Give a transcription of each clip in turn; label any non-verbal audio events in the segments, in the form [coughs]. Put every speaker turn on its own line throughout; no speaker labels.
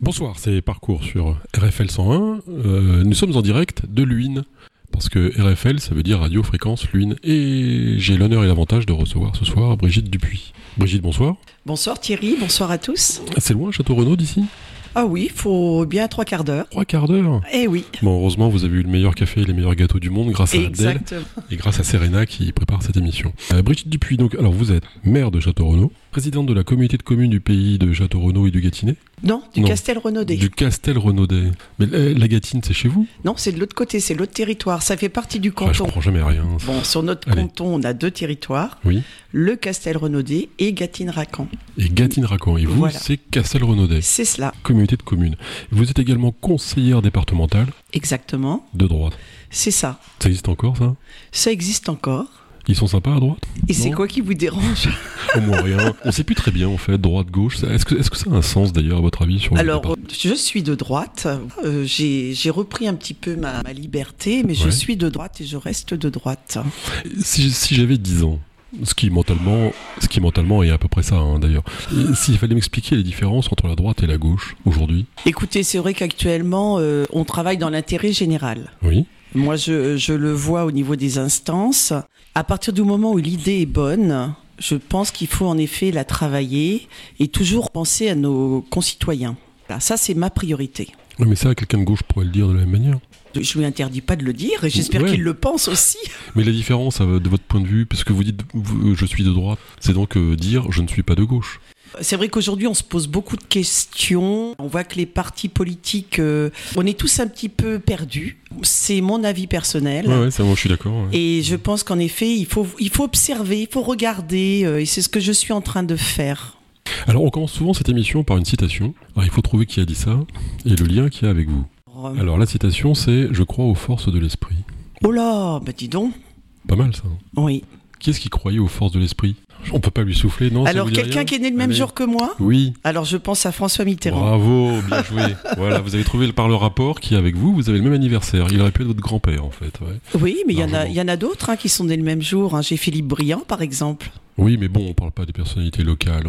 Bonsoir, c'est Parcours sur RFL 101. Euh, nous sommes en direct de Luynes, parce que RFL, ça veut dire Radio Fréquence Luynes. Et j'ai l'honneur et l'avantage de recevoir ce soir Brigitte Dupuis. Brigitte, bonsoir.
Bonsoir Thierry, bonsoir à tous.
C'est loin, Château Renaud d'ici
Ah oui, faut bien trois quarts d'heure.
Trois quarts d'heure
Eh oui.
Bon, heureusement, vous avez eu le meilleur café et les meilleurs gâteaux du monde grâce à Adèle
Exactement.
et grâce à Serena qui prépare cette émission. Euh, Brigitte Dupuis, donc, alors vous êtes maire de Château Renaud, présidente de la communauté de communes du pays de Château Renaud et du Gâtinais,
Non, du
Non.
Castel Renaudé.
du Castel Renaudet. Mais la, la Gâtine, c'est chez vous
Non, c'est de l'autre côté, c'est l'autre territoire. Ça fait partie du
Ah, Je
canton.
comprends jamais rien.
bon, sur notre
Allez.
canton, on a deux territoires,
Oui.
le Castel Renaudé et Gatine-Racan.
et Gatine-Racan. Et vous,
Voilà.
c'est Castel-Renaudet,
C'est cela,
communauté de communes. Vous êtes également conseillère départementale
exactement.
de droite.
C'est ça.
Ça existe encore, ça
Ça existe encore.
Ils sont sympas à droite
Et c'est
Non.
quoi qui vous dérange
Au moins
[laughs]
rien. On sait plus très bien, en fait, droite-gauche. Est-ce que, est-ce que ça a un sens, d'ailleurs, à votre avis sur le
Alors,
départ-
euh, je suis de droite. Euh, J'ai j'ai repris un petit peu ma, ma liberté, mais je
Ouais.
suis de droite et je reste de droite.
Si, si j'avais 10 ans, ce qui mentalement, ce qui mentalement est à peu près ça, hein, d'ailleurs, et s'il fallait m'expliquer les différences entre la droite et la gauche, aujourd'hui,
Écoutez, c'est vrai qu'actuellement, euh, on travaille dans l'intérêt général.
oui
Moi, je, je le vois au niveau des instances. À partir du moment où l'idée est bonne, je pense qu'il faut en effet la travailler et toujours penser à nos concitoyens. Voilà, ça, c'est ma priorité.
Oui, mais ça, quelqu'un de gauche pourrait le dire de la même manière.
Je lui interdis pas de le dire et j'espère
Ouais.
qu'il le pense aussi.
Mais la différence, euh, de votre point de vue, parce que vous dites vous, je suis de droite, c'est donc euh, dire je ne suis pas de gauche.
C'est vrai qu'aujourd'hui, on se pose beaucoup de questions. On voit que les partis politiques, euh, on est tous un petit peu perdus. C'est mon avis personnel.
Ouais, ouais, ça, moi, je suis d'accord. ouais.
Et je pense qu'en effet, il faut, il faut observer, il faut regarder, euh, et c'est ce que je suis en train de faire.
Alors, on commence souvent cette émission par une citation. Alors, il faut trouver qui a dit ça et le lien qu'il y a avec vous.
Alors, euh,
Alors, la citation, c'est Je crois aux forces de l'esprit.
Oh là, bah dis donc.
Pas mal, ça.
Oui. Qui
Qui est-ce qui croyait aux forces de l'esprit On peut pas lui souffler, non ça
Alors
vous dit
quelqu'un
rien
qui est né le même
Allez.
jour que moi
Oui,
Alors je pense à François Mitterrand.
bravo, bien
[laughs]
joué. voilà, vous avez trouvé par le rapport qui est avec vous, vous avez le même anniversaire. Il aurait pu être votre grand-père, en fait. ouais.
Oui, mais il y en a,
Largement.
il y en a d'autres hein, qui sont nés le même jour. hein. J'ai Philippe Briand, par exemple.
Oui, mais bon, on parle pas des personnalités locales.
[laughs]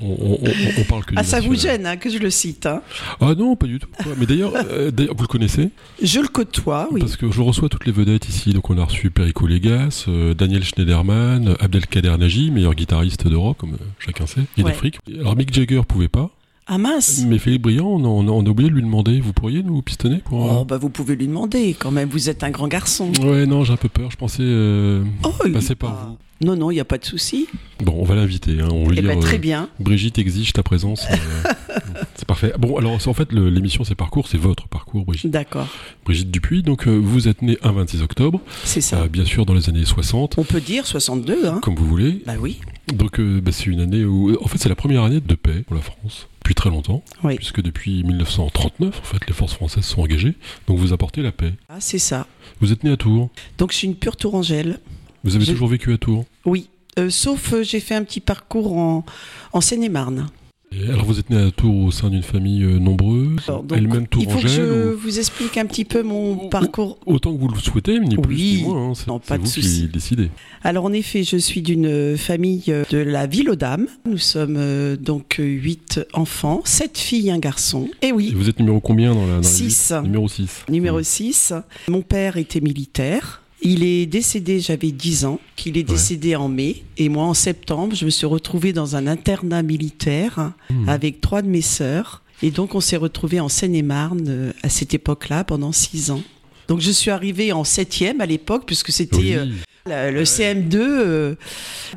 On, on- on- on- on parle que
Ah,
du
ça vous
national.
gêne hein, que je le cite. hein.
Ah non, pas du tout. Ouais, Mais d'ailleurs, euh, d'ailleurs, vous le connaissez
Je le côtoie, oui.
Parce que je reçois toutes les vedettes ici, donc on a reçu Perico Légas, euh, Daniel Schneiderman, Abdelkader Nagy, meilleur guitariste d'Europe, comme euh, chacun sait, et
Ouais.
d'Afrique. Alors Mick Jagger pouvait pas,
Ah mince
mais Philippe Briand, on a, on a- on a oublié de lui demander, vous pourriez nous pistonner pour...
Oh,
un-
bah vous pouvez lui demander quand même, vous êtes un grand garçon.
Ouais, non, j'ai un peu peur, je pensais... euh,
Oh, il-
Passez par
ah. Non, non, il n'y a pas de souci.
Bon, on va l'inviter, hein, on va lui
Eh
dire...
ben,
euh,
très bien.
Brigitte exige ta présence. euh,
[laughs]
c'est parfait. Bon, alors c'est- en fait, le- l'émission c'est parcours, c'est votre parcours, Brigitte.
D'accord,
Brigitte Dupuis, donc euh, vous êtes née un 26 octobre,
c'est ça.
euh, bien sûr dans les années 60,
On peut dire 62, hein
comme vous voulez.
Bah oui,
Donc euh, bah, c'est une année où, en fait, c'est la première année de paix pour la France depuis très longtemps,
Oui.
puisque depuis 1939, en fait, les forces françaises sont engagées. Donc vous apportez la paix.
ah, c'est ça.
Vous êtes né à Tours.
Donc je suis une pure tourangelle.
Vous avez
J'ai-
toujours vécu à Tours.
Oui, Euh, sauf euh, j'ai fait un petit parcours en, en Seine-et-Marne.
Et alors vous êtes né à Tours au sein d'une famille euh, nombreuse,
Alors, donc,
elle-même
Il faut que
tourangelle.
je
ou-
vous explique un petit peu
Ou-
mon
ou-
parcours.
Autant que vous le souhaitez, ni plus
Oui.
ni moins. hein. C'est
Non,
c'est
pas de
vous
souci.
qui décidez.
Alors en effet, je suis d'une famille euh, de la ville aux dames. Nous sommes euh, donc euh, huit enfants, sept filles, un garçon. Et
Et
oui,
vous êtes numéro combien dans la, dans la liste
six.
Numéro 6.
Numéro 6. Mon père était militaire. Il est décédé, j'avais 10 ans, qu'il est
Ouais.
décédé en mai. Et moi, en septembre, je me suis retrouvée dans un internat militaire
Mhm.
avec trois de mes sœurs. Et donc, on s'est retrouvés en Seine-et-Marne euh, à cette époque-là pendant 6 ans. Donc, je suis arrivée en septième à l'époque, puisque c'était euh, la- le CM2. euh,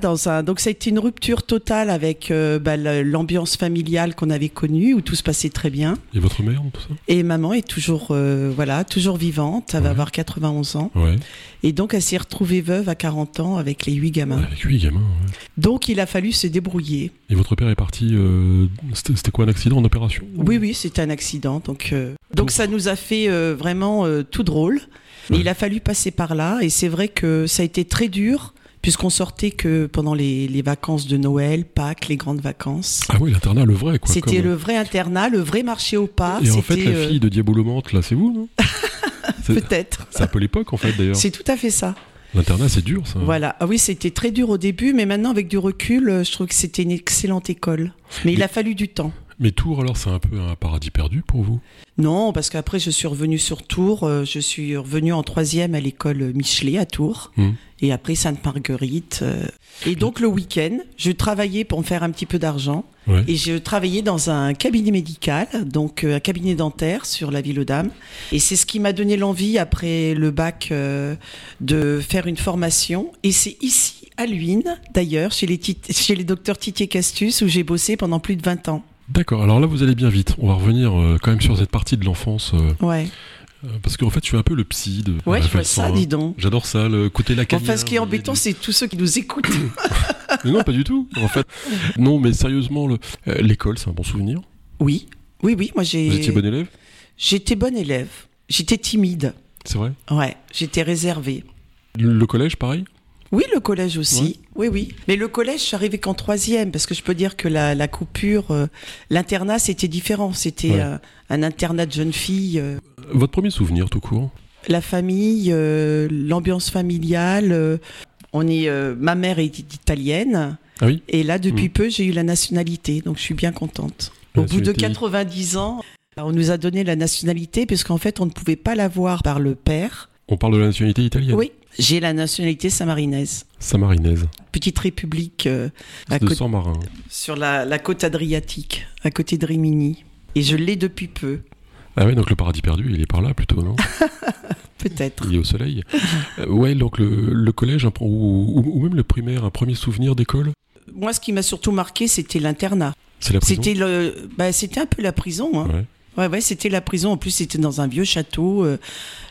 dans un... Donc, ça a été une rupture totale avec euh, bah, la- l'ambiance familiale qu'on avait connue, où tout se passait très bien.
Et votre mère, tout ça
Et maman est toujours, euh, voilà, toujours vivante. Elle va
Ouais.
avoir 91 ans.
Ouais.
Et donc, elle s'est retrouvée veuve à 40 ans avec les huit gamins.
Avec lui, gamin. ouais.
Donc, il a fallu se débrouiller.
Et votre père est parti. euh, C'était c'était quoi un accident en opération
Oui, oui, c'était un accident. Donc, euh, donc ça nous a fait euh, vraiment euh, tout drôle. Mais
Ouais.
il a fallu passer par là. Et c'est vrai que ça a été très dur, puisqu'on sortait que pendant les, les vacances de Noël, Pâques, les grandes vacances.
Ah oui, l'internat, le vrai, quoi.
C'était
comme-
le vrai internat, le vrai marché au pas.
Et en
C'était,
fait, la
euh,
fille de Diabolomante, là, c'est vous,
[laughs]
non c'est-
Peut-être.
C'est un peu l'époque, en fait, d'ailleurs.
C'est tout à fait ça.
L'internat, c'est dur, ça.
Voilà. Ah oui, c'était très dur au début, mais maintenant, avec du recul, euh, je trouve que c'était une excellente école. Mais il a fallu du temps.
Mais Tours, alors, c'est un peu un paradis perdu pour vous
Non, parce qu'après, je suis revenue sur Tours. euh, Je suis revenue en troisième à l'école Michelet à Tours.
Hmm.
Et après, Sainte-Marguerite. euh. Et donc, le week-end, je travaillais pour me faire un petit peu d'argent.
Ouais.
Et je travaillais dans un cabinet médical, donc euh, un cabinet dentaire sur la ville aux Dames. Et c'est ce qui m'a donné l'envie, après le bac, euh, de faire une formation. Et c'est ici, à Luynes, d'ailleurs, chez les, tit- chez les docteurs Titier Castus, où j'ai bossé pendant plus de 20 ans.
D'accord, alors là, vous allez bien vite. On va revenir euh, quand même sur cette partie de l'enfance. euh,
Ouais,
euh, parce qu'en fait, je suis un peu le psy de
ouais je
RFL
vois ça,
101.
dis donc.
J'adore ça, le côté lacanier.
Enfin, ce qui est
hein. vous voyez,
embêtant,
du-
c'est tous ceux qui
[coughs]
nous écoutent.
Mais non, pas du tout. En
[laughs]
fait, non, mais sérieusement, le- euh, l'école, c'est un bon souvenir.
Oui, oui, oui, moi j'ai.
Vous étiez bon élève
J'étais bonne élève. J'étais timide.
C'est vrai.
Ouais, j'étais réservée.
Le le collège, pareil
Oui, le collège aussi. Oui, oui. Mais le collège, je suis arrivée qu'en troisième, parce que je peux dire que la, la coupure, euh, l'internat, c'était différent. C'était
Ouais.
euh, un internat de jeunes filles. euh,
Votre premier souvenir, tout court
la famille, euh, l'ambiance familiale. euh, on est, euh, ma mère est i- italienne.
Ah oui
Et là, depuis
Mm.
peu, j'ai eu la nationalité, donc je suis bien contente.
La
Au bout de
nationalité.
90 ans, on nous a donné la nationalité, puisqu'en fait, on ne pouvait pas l'avoir par le père.
On parle de la nationalité italienne
Oui, j'ai la nationalité samarinaise.
Samarinaise.
Petite république euh, à
De
côté-
sang marin.
sur la, la côte adriatique, à côté de Rimini. Et je l'ai depuis peu,
Ah ouais, donc le paradis perdu, il est par là plutôt,
[laughs]
non
peut-être.
Il est au soleil. Euh, ouais, donc le, le collège un pr- ou, ou- ou même le primaire, un premier souvenir d'école
Moi, ce qui m'a surtout marqué, c'était l'internat.
C'est la prison
C'était le, bah, c'était un peu la prison. Hein.
Ouais.
Ouais, ouais, c'était la prison. En plus, c'était dans un vieux château. euh,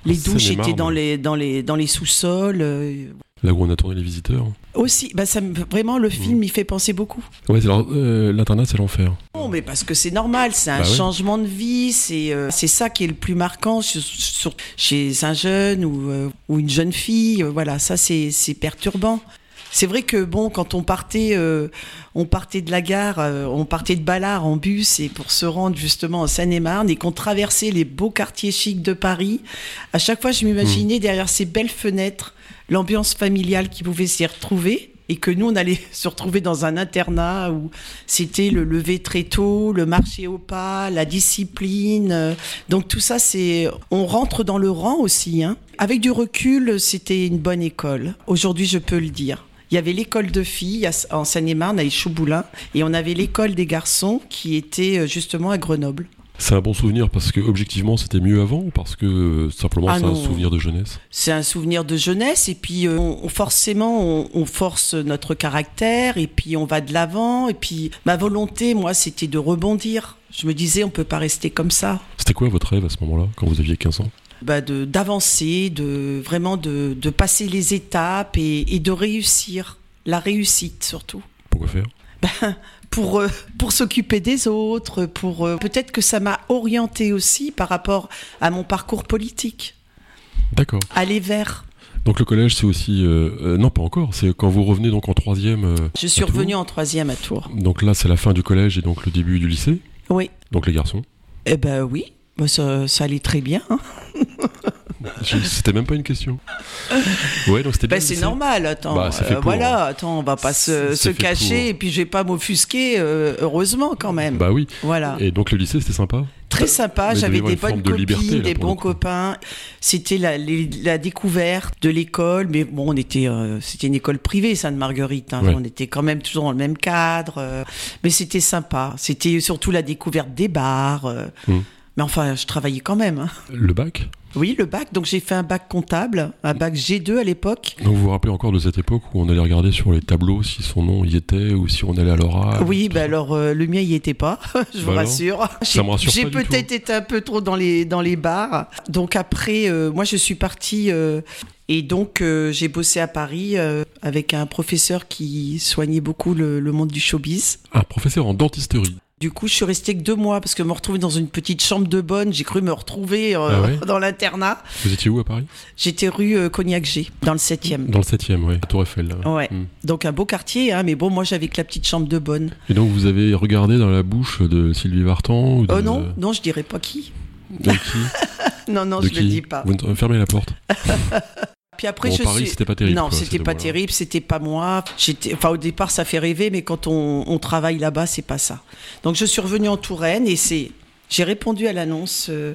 les
En
douches
Seine-et-Marne.
étaient dans les, dans les, dans les sous-sols. euh.
Là où on a tourné les visiteurs.
Aussi, bah, ça me- vraiment,
Mmh.
le film, il fait penser beaucoup.
Ouais, c'est alors, euh, l'internat, c'est l'enfer.
Non, Oh, mais parce que c'est normal, c'est un
Bah oui.
changement de vie, c'est euh, c'est ça qui est le plus marquant sur- sur- chez un jeune ou, euh, ou une jeune fille. euh, Voilà, ça c'est c'est perturbant. C'est vrai que bon, quand on partait, euh, on partait de la gare, euh, on partait de Ballard en bus et pour se rendre justement en Seine-et-Marne et qu'on traversait les beaux quartiers chics de Paris, à chaque fois je m'imaginais
Mm.
derrière ces belles fenêtres l'ambiance familiale qui pouvait s'y retrouver et que nous on allait [laughs] se retrouver dans un internat où c'était le lever très tôt, le marché au pas, la discipline. euh, Donc tout ça, c'est on rentre dans le rang aussi. hein. Avec du recul, c'était une bonne école. Aujourd'hui, je peux le dire. Il y avait l'école de filles à- en Seine-et-Marne, à Échouboulin, et on avait l'école des garçons qui était euh, justement à Grenoble.
C'est un bon souvenir parce que, objectivement, c'était mieux avant ou parce que euh, simplement
Ah
c'est un
non.
souvenir de jeunesse
C'est un souvenir de jeunesse, et puis euh, on, on- forcément, on, on force notre caractère, et puis on va de l'avant, et puis ma volonté, moi, c'était de rebondir. Je me disais, on peut pas rester comme ça.
C'était quoi votre rêve à ce moment-là, quand vous aviez 15 ans
bah, de d'avancer, de vraiment de, de passer les étapes et, et de réussir, la réussite surtout.
Pourquoi faire
Pour, euh, pour s'occuper des autres, pour euh, peut-être que ça m'a orienté aussi par rapport à mon parcours politique,
D'accord.
aller vers.
Donc le collège, c'est aussi... euh, euh, non, pas encore. C'est quand vous revenez donc en troisième... euh,
Je suis
à Tours.
revenue en troisième à Tours.
Donc là, c'est la fin du collège et donc le début du lycée.
Oui.
Donc les garçons.
Eh ben oui, Bah, ça, ça allait très bien. hein.
Je- C'était même pas une question. Ouais, donc c'était bien le
Bah, c'est
lycée.
normal, attends. euh,
Bah, c'est fait pour,
voilà, attends, on va pas se,
C'est- c'est
se
fait
cacher
pour.
et puis je vais pas m'offusquer, euh, heureusement quand même.
Bah oui.
voilà.
Et donc le lycée, c'était sympa.
Très
Bah,
sympa,
Mais il devait y
j'avais
avoir
des
une forme
bonnes
de
copines,
liberté, là,
des
pour le
bons
coup.
copains. C'était la, les- la découverte de l'école, mais bon, on était, euh, c'était une école privée, Sainte-Marguerite. hein.
Ouais.
On était quand même toujours dans le même cadre, euh, mais c'était sympa. C'était surtout la découverte des bars. euh,
Mhm.
Mais enfin, je travaillais quand même. hein.
Le bac.
Oui, le bac. Donc j'ai fait un bac comptable, un bac G2 à l'époque.
Donc vous vous rappelez encore de cette époque où on allait regarder sur les tableaux si son nom y était ou si on allait à l'oral.
oui, bah alors euh, le mien y était pas, [laughs] je vous
Bah alors,
rassure.
ça me
J'ai-
rassure
J'ai
pas du tout.
peut-être été un peu trop dans les dans les bars. Donc après, euh, moi je suis partie euh, et donc euh, j'ai bossé à Paris euh, avec un professeur qui soignait beaucoup le, le monde du showbiz.
Un professeur en dentisterie.
Du coup, je suis restée que deux mois parce que me retrouver dans une petite chambre de bonne, j'ai cru me retrouver euh,
Ah ouais
[laughs] dans l'internat.
Vous étiez où à Paris
J'étais rue euh, Cognac G, dans le 7e.
Dans le 7ème, ouais, à Tour Eiffel. là.
Ouais,
Mm.
donc un beau quartier, hein, mais bon, moi j'avais que la petite chambre de bonne.
Et donc vous avez regardé dans la bouche de Sylvie Vartan ou de,
Oh [laughs] non, non, je dirais pas qui.
de qui
Non, non,
De
je le
qui
dis pas.
Vous ne- fermez la porte.
Puis après,
Bon,
je
Paris,
suis-
c'était pas terrible,
Non,
quoi,
c'était
cette
pas
voie-là.
terrible, c'était pas moi. J'étais, enfin, au départ, ça fait rêver, mais quand on, on travaille là-bas, c'est pas ça. Donc, je suis revenue en Touraine et c'est. J'ai répondu à l'annonce euh,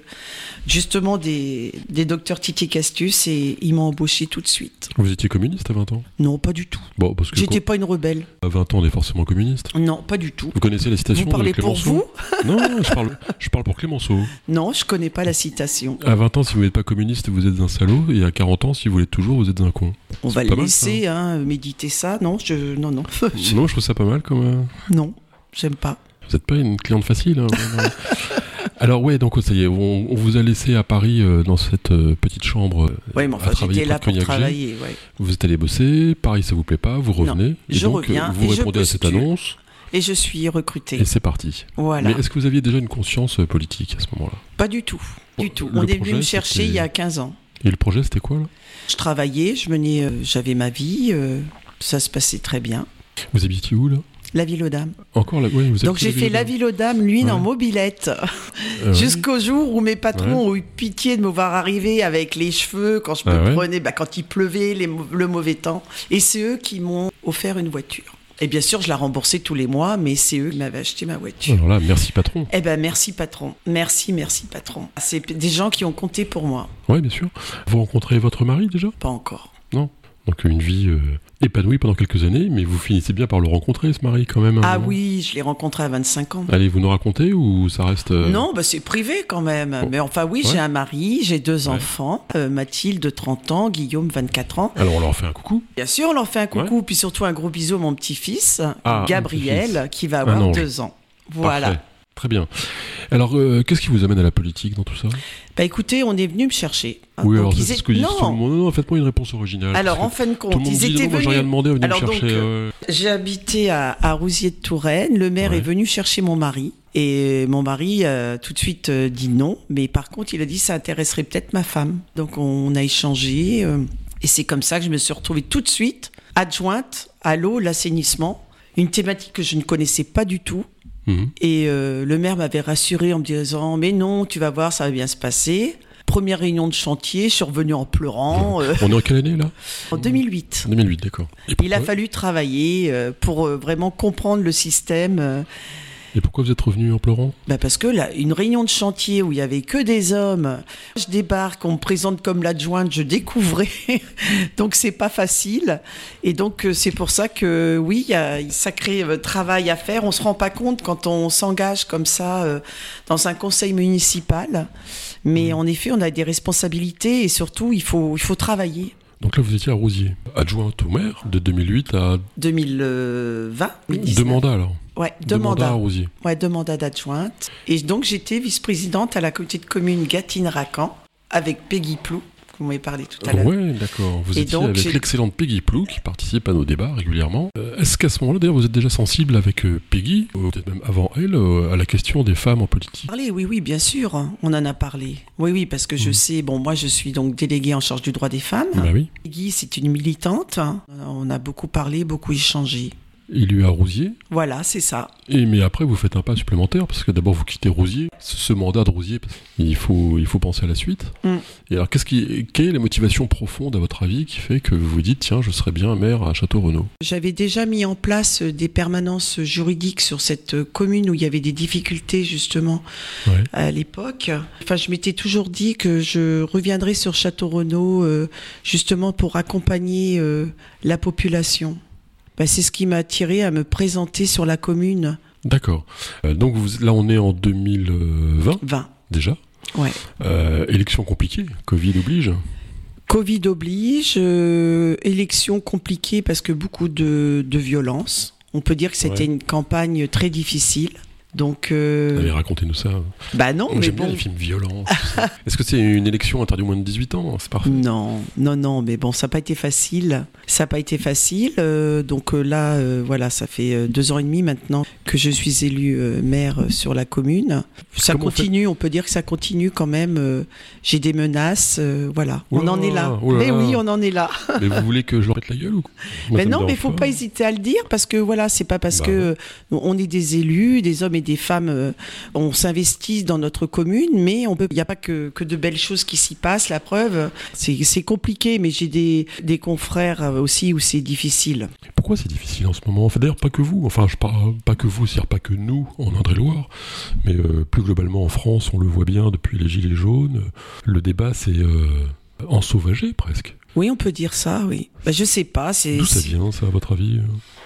justement des, des docteurs Titi Castus et ils m'ont embauché tout de suite.
Vous étiez communiste à 20 ans
Non, pas du tout.
Bon, parce que
J'étais pas une rebelle.
quand- à 20 ans, on est forcément communiste.
Non, pas du tout.
Vous connaissez la citation
Vous parlez
de
pour
Clémenceau
vous
Non, je parle, je parle pour Clémenceau.
Non, je connais pas la citation.
À 20 ans, si vous n'êtes pas communiste, vous êtes un salaud. Et à 40 ans, si vous l'êtes toujours, vous êtes un con.
On va
pas
le
mal,
laisser hein, méditer ça. Non, je, non, non,
[laughs]
Je-
Non, je trouve ça pas mal comme. euh,
non, j'aime pas.
Vous n'êtes pas une cliente facile. hein, vraiment.
[laughs]
Alors ouais, donc ça y est, on, on vous a laissé à Paris euh, dans cette euh, petite chambre. euh,
Oui, mais
à
enfin,
travailler
j'étais là
pour
pour
le cognac G.
travailler. ouais.
Vous êtes allé bosser, Paris ça vous plaît pas, vous revenez. et
je
donc euh,
reviens
vous
et je
répondez à cette
postule.
annonce
Et je suis recrutée.
et c'est parti.
Voilà.
Mais est-ce que vous aviez déjà une conscience euh, politique à ce moment-là
Pas du tout. Du
Bon,
tout.
le
On est
projet,
venu me chercher
c'était-
il y a 15 ans.
Et le projet c'était quoi là
Je travaillais, je menais, euh, j'avais ma vie, euh, ça se passait très bien.
Vous habitiez où là
La ville aux dames.
Encore là ouais, vous
Donc
habitez
j'ai fait la ville aux dames, l'une
Ouais.
en mobilette, [laughs]
Ah ouais.
jusqu'au jour où mes patrons ont eu pitié de me voir arriver avec les cheveux quand je me
Ah ouais.
prenais, bah, quand il pleuvait, les mau- le mauvais temps. Et c'est eux qui m'ont offert une voiture. Et bien sûr, je la remboursais tous les mois, mais c'est eux qui m'avaient acheté ma voiture.
Alors là, merci patron.
Eh ben merci patron, merci merci patron. C'est des gens qui ont compté pour moi,
Ouais, bien sûr. Vous rencontrez votre mari déjà
pas encore.
Donc euh, une vie euh, épanouie pendant quelques années, mais vous finissez bien par le rencontrer ce mari quand même. à un
Ah
moment.
oui, je l'ai rencontré à 25 ans.
Allez, vous nous racontez ou ça reste euh,
Non, bah c'est privé quand même.
Bon.
Mais enfin oui,
Ouais.
j'ai un mari, j'ai deux
Ouais.
enfants, euh, Mathilde 30 ans, Guillaume 24 ans.
Alors on leur fait un coucou.
Bien sûr, on leur fait un coucou, puis surtout un gros bisou à mon petit-fils,
Ah,
Gabriel,
un
qui va avoir
Un ange.
deux ans. Voilà.
Parfait. Très bien. Alors, euh, qu'est-ce qui vous amène à la politique dans tout ça
Bah écoutez, on est venu me chercher. Hein,
Oui,
donc
alors
ils
c'est
étaient-
ce que dit tout le
non.
monde. Non, non, faites-moi une réponse originale.
Alors en
parce que
fin de compte,
tout le monde
ils
dit,
étaient
non, non, moi, j'ai
venus.
rien demandé, venez
Alors,
me chercher.
donc,
euh,
J'ai habité à, à Rousier de Touraine. Le maire
Ouais.
est venu chercher mon mari. Et mon mari, euh, tout de suite, euh, dit non. Mais par contre, il a dit ça intéresserait peut-être ma femme. Donc, on a échangé. euh, et c'est comme ça que je me suis retrouvée tout de suite adjointe à l'eau, l'assainissement. Une thématique que je ne connaissais pas du tout.
mhm.
Et euh, le maire m'avait rassuré en me disant Mais non, tu vas voir, ça va bien se passer. Première réunion de chantier, je suis revenue en pleurant euh,
On est en quelle année là
en 2008.
En 2008, d'accord. Et
Il
pourquoi-
a fallu travailler euh, pour euh, vraiment comprendre le système. euh,
Et pourquoi vous êtes revenu en pleurant
bah parce que là, une réunion de chantier où il y avait que des hommes, je débarque, on me présente comme l'adjointe, je découvrais. [laughs] donc c'est pas facile. Et donc euh, c'est pour ça que oui, il y a un sacré euh, travail à faire. On se rend pas compte quand on s'engage comme ça euh, dans un conseil municipal. Mais en effet, on a des responsabilités et surtout, il faut, il faut travailler.
Donc là, vous étiez à Rosier, adjointe au maire de 2008 à
2020
deux mandats alors.
euh, Ouais,
Deux mandats à
demanda.
Rosier.
Ouais, deux mandats d'adjointe. Et donc j'étais vice-présidente à la communauté de communes Gatine-Racan avec Peggy Plou, que vous m'avez parlé tout à l'heure.
Ouais, d'accord. Vous
Et
étiez
donc,
avec
j'ai-
l'excellente Peggy Plou qui participe à nos débats régulièrement. Euh, Est-ce qu'à ce moment-là, d'ailleurs, vous êtes déjà sensible avec euh, Peggy, ou peut-être même avant elle, euh, à la question des femmes en politique
Parler, oui, oui, bien sûr, on en a parlé. Oui, oui, parce que je
Mhm.
sais, bon, moi je suis donc déléguée en charge du droit des femmes.
Bah oui.
Peggy, c'est une militante. hein. On a beaucoup parlé, beaucoup échangé.
Il à Rosier,
Voilà, c'est ça.
Et mais après, vous faites un pas supplémentaire parce que d'abord vous quittez Rosier, ce ce mandat de Rosier, parce qu'il faut, il faut penser à la suite.
Mm.
Et alors, qu'est-ce qui, quelle est la motivation profonde à votre avis qui fait que vous vous dites tiens, je serais bien maire à Château Renaud
J'avais déjà mis en place euh, des permanences juridiques sur cette euh, commune où il y avait des difficultés justement
Ouais.
à l'époque. Enfin, je m'étais toujours dit que je reviendrais sur Château Renaud euh, justement pour accompagner euh, la population. Bah, c'est ce qui m'a attiré à me présenter sur la commune
D'accord. Euh, donc vous- là, on est en 2020
20.
déjà.
Ouais.
Euh, élection compliquée, Covid oblige.
Covid oblige, euh, élection compliquée parce que beaucoup de, de violence. On peut dire que c'était
Ouais.
une campagne très difficile. Donc, euh,
Allez, racontez-nous ça.
bah non, mais
J'aime
bon.
bien les films violents. tout
[laughs]
ça. Est-ce que c'est une élection interdite aux moins de 18 ans C'est parfait.
Non, non, non, mais bon, ça n'a pas été facile. Ça n'a pas été facile. euh, donc euh, là, euh, voilà, ça fait euh, deux ans et demi maintenant que je suis élue euh, maire euh, sur la commune. Ça
Comment on fait
continue, on, peut dire que ça continue quand même. euh, J'ai des menaces, euh, voilà.
Ouh
on en
là,
est là.
ouh là
mais
là.
oui, on en est là.
Mais vous voulez que je leur pète la gueule ou quoi Moi,
mais
ça me
Ben non, mais
dérange
faut pas hésiter à le dire parce que voilà, c'est pas parce
Bah
que euh, on est des élus, des hommes et des femmes, euh, on s'investit dans notre commune, mais on peut, il n'y a pas que, que de belles choses qui s'y passent. La preuve, c'est c'est compliqué, mais j'ai des, des confrères euh, aussi où c'est difficile.
Pourquoi c'est difficile en ce moment Enfin, D'ailleurs, pas que vous, enfin, je parle pas que vous, c'est-à-dire pas que nous en Indre-et-Loire, mais euh, plus globalement en France, on le voit bien depuis les Gilets jaunes. Le débat, c'est euh, ensauvagé presque.
Oui, on peut dire ça, oui. Bah, je sais pas, c'est.
D'où ça
c'est-
vient, ça, à votre avis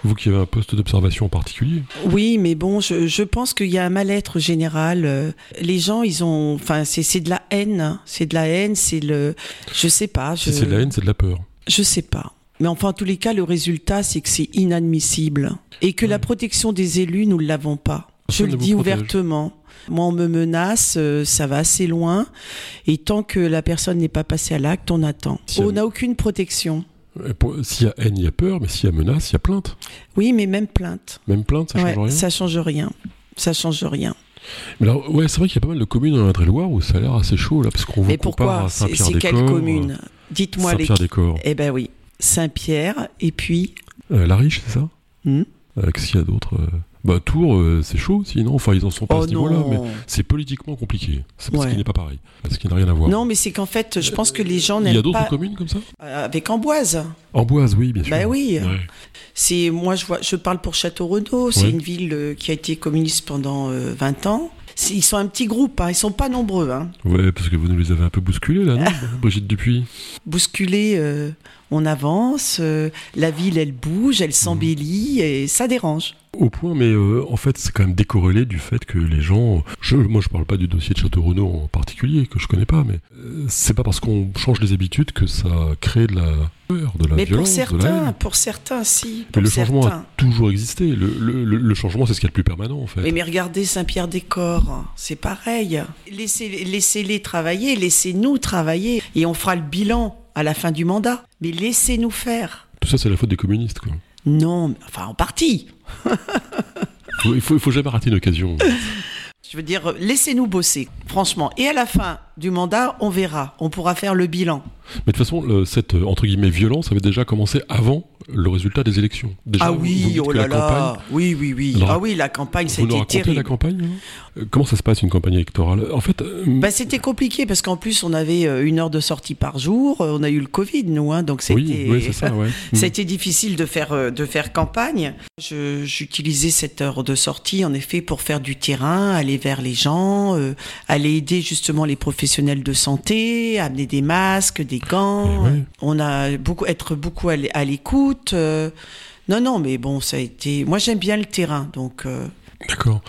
Vous qui avez un poste d'observation en particulier
Oui, mais bon, je, je pense qu'il y a un mal-être général. euh, Les gens, ils ont, enfin, c'est c'est de la haine, hein. c'est de la haine, c'est le, je sais pas, je,
Si c'est de la haine, c'est de la peur.
je sais pas. Mais enfin, en tous les cas, le résultat, c'est que c'est inadmissible et que la
Ouais.
protection des élus, nous ne l'avons pas. Je
Personne
le
ne vous
dis
protège.
ouvertement. Moi, on me menace, euh, ça va assez loin, et tant que la personne n'est pas passée à l'acte, on attend.
Si
On
elle-
n'a aucune protection.
Et pour- S'il y a haine, il y a peur, mais s'il y a menace, il y a plainte.
Oui, mais même plainte.
Même plainte, ça
Ouais,
change rien.
ça change rien. Ça change rien.
Mais alors, ouais, c'est vrai qu'il y a pas mal de communes en Indre-et-Loire où ça a l'air assez chaud, là, parce qu'on vous
Mais
compare
pourquoi
à
C'est c'est quelle
Saint-Pierre-des-Corps.
commune
euh,
Dites-moi les.
Saint-Pierre-des-Corps.
Eh ben oui, Saint-Pierre et puis
Euh, la Riche, c'est ça
hmm
Euh, Qu'est-ce qu'il y a d'autre Euh, Bah, Tours, euh, c'est chaud, sinon. Enfin, ils en sont pas à
oh
ce niveau-là, mais
non.
c'est politiquement compliqué. C'est parce
Ouais.
qu'il n'est pas pareil. Parce qu'il n'a rien à voir.
Non, mais c'est qu'en fait, je pense que les gens
Il y a
n'aiment
d'autres
pas
communes comme ça
Euh, avec Amboise.
Amboise, oui, bien sûr.
Bah oui.
Ouais.
C'est moi je vois je parle pour Château Renaud, c'est
Ouais.
une ville euh, qui a été communiste pendant euh, 20 ans. C'est- Ils sont un petit groupe, hein, ils sont pas nombreux hein.
Ouais, parce que vous nous les avez un peu bousculés, là, non
[laughs]
Brigitte Dupuis
Bousculés, euh, on avance, euh, la ville elle bouge, elle s'embellit
Mmh.
et ça dérange.
Au point, mais euh, en fait, c'est quand même décorrélé du fait que les gens. Je, moi, je parle pas du dossier de Château Renaud en particulier, que je connais pas, mais euh, c'est pas parce qu'on change les habitudes que ça crée de la peur, de la
mais pour
violence, de la
certains,
haine.
pour certains si,
Mais
pour
le
certains.
changement a toujours existé. Le, le- le- le changement, c'est ce qu'il y a de plus permanent, en fait.
Oui, mais regardez Saint-Pierre-des-Corps, c'est pareil. Laissez- Laissez-les travailler, laissez-nous travailler, et on fera le bilan à la fin du mandat. Mais laissez-nous faire.
Tout ça, c'est la faute des communistes, quoi.
Non, mais- enfin en partie.
Faut- il, faut, il faut jamais rater une
[laughs]
occasion.
Je veux dire, laissez-nous bosser, franchement. Et à la fin du mandat, on verra, on pourra faire le bilan.
Mais de toute façon, le- cette euh, entre guillemets violence avait déjà commencé avant le résultat des élections. Déjà,
ah
vous- vous me
oui,
dites
oh
que
là
la campagne-
là, oui, oui, oui.
Alors,
ah oui, la campagne, ça a
Vous nous racontez
été
la
terrible.
campagne hein Euh, Comment ça se passe une campagne électorale En fait, euh,
Bah, c'était compliqué parce qu'en plus on avait euh, une heure de sortie par jour, Euh, on a eu le Covid nous, hein, donc c'était
oui, oui, [laughs] c'est ça, ouais.
Ça
Mm.
a été difficile de faire, euh, de faire campagne. Je- J'utilisais cette heure de sortie, en effet, pour faire du terrain, aller vers les gens, euh, aller aider justement les professionnels de santé, amener des masques, des gants.
Eh ouais.
On a beaucoup, être beaucoup à l'é- à l'écoute. euh. non, non, mais bon, ça a été. Moi, j'aime bien le terrain, donc euh,
Mm. D'accord.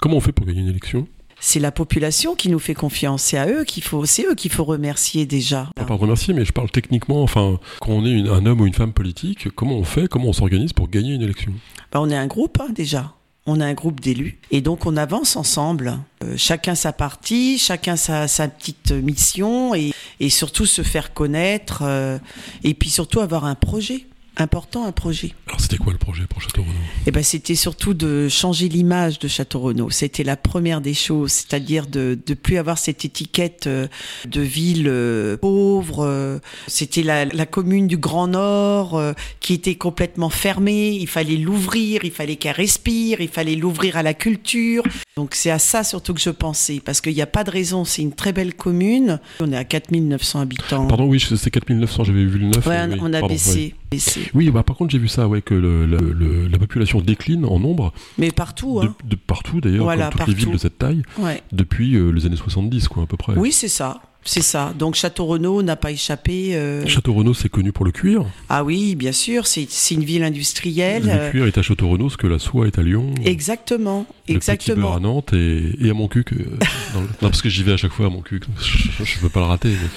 Comment on fait pour gagner une élection
c'est la population qui nous fait confiance. C'est à eux qu'il faut, c'est eux qu'il faut remercier déjà.
Pas par remercier, mais je parle techniquement. Enfin, quand on est une- un homme ou une femme politique, comment on fait Comment on s'organise pour gagner une élection
Bah, on est un groupe hein, déjà. On a un groupe d'élus et donc on avance ensemble. Euh, chacun sa partie, chacun sa, sa petite mission et, et surtout se faire connaître euh, et puis surtout avoir un projet important, un projet.
Alors, c'était quoi le projet pour Château Renaud
Et ben c'était surtout de changer l'image de Château Renaud. C'était la première des choses, c'est-à-dire de de plus avoir cette étiquette euh, de ville euh, pauvre. euh, C'était la, la commune du Grand Nord euh, qui était complètement fermée. Il fallait l'ouvrir, il fallait qu'elle respire, il fallait l'ouvrir à la culture. Donc c'est à ça surtout que je pensais parce qu'il n'y a pas de raison. C'est une très belle commune. On est à 4900 habitants.
Pardon, oui, je- c'est 4900, j'avais vu le 9.
Ouais,
euh, oui,
on a
pardon,
baissé,
ouais.
baissé.
Oui, bah, par contre, j'ai vu ça, ouais, que le- le- le- la population décline en nombre,
Mais partout, hein.
de, de partout d'ailleurs,
Voilà,
comme toutes les
partout.
villes de cette taille,
Ouais.
depuis euh, les années 70, quoi, à peu près.
Oui, c'est ça. C'est ça. Donc Château Renaud n'a pas échappé. euh,
Château Renaud, c'est connu pour le cuir.
Ah oui, bien sûr, c'est c'est une ville industrielle.
le
euh,
cuir est à Château Renaud, ce que la soie est à Lyon.
Exactement,
Le petit beurre à
exactement.
Nantes et, et à mon cul. que- [laughs] dans le- non, parce que j'y vais à chaque fois à mon cul. Je, je veux pas le rater. mais-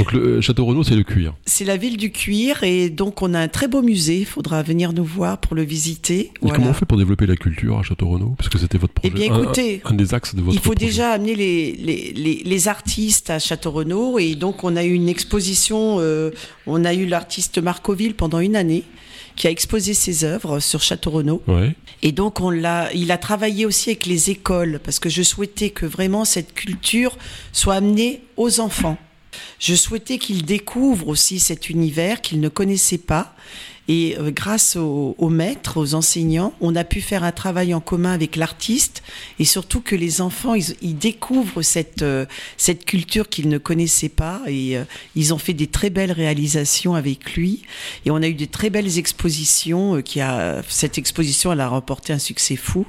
Donc le euh, Château Renaud, c'est le cuir.
C'est la ville du cuir et donc on a un très beau musée. Il faudra venir nous voir pour le visiter.
Et comment
Voilà.
on fait pour développer la culture à Château Renaud Parce que c'était votre
Eh
projet.
bien,
un-
écoutez,
un, un des axes de Ah, votre
Il faut
projet.
déjà amener les, les, les, les artistes à Château Renaud et donc on a eu une exposition. euh, on a eu l'artiste Marcoville pendant une année qui a exposé ses œuvres sur Château Renaud.
Ouais.
Et donc on l'a, il a travaillé aussi avec les écoles parce que je souhaitais que vraiment cette culture soit amenée aux enfants. Je souhaitais qu'ils découvrent aussi cet univers qu'ils ne connaissaient pas Et euh, grâce aux, aux maîtres, aux enseignants, on a pu faire un travail en commun avec l'artiste et surtout que les enfants, ils, ils découvrent cette, euh, cette culture qu'ils ne connaissaient pas et euh, ils ont fait des très belles réalisations avec lui. Et on a eu des très belles expositions. euh, qui a, cette exposition, elle a remporté un succès fou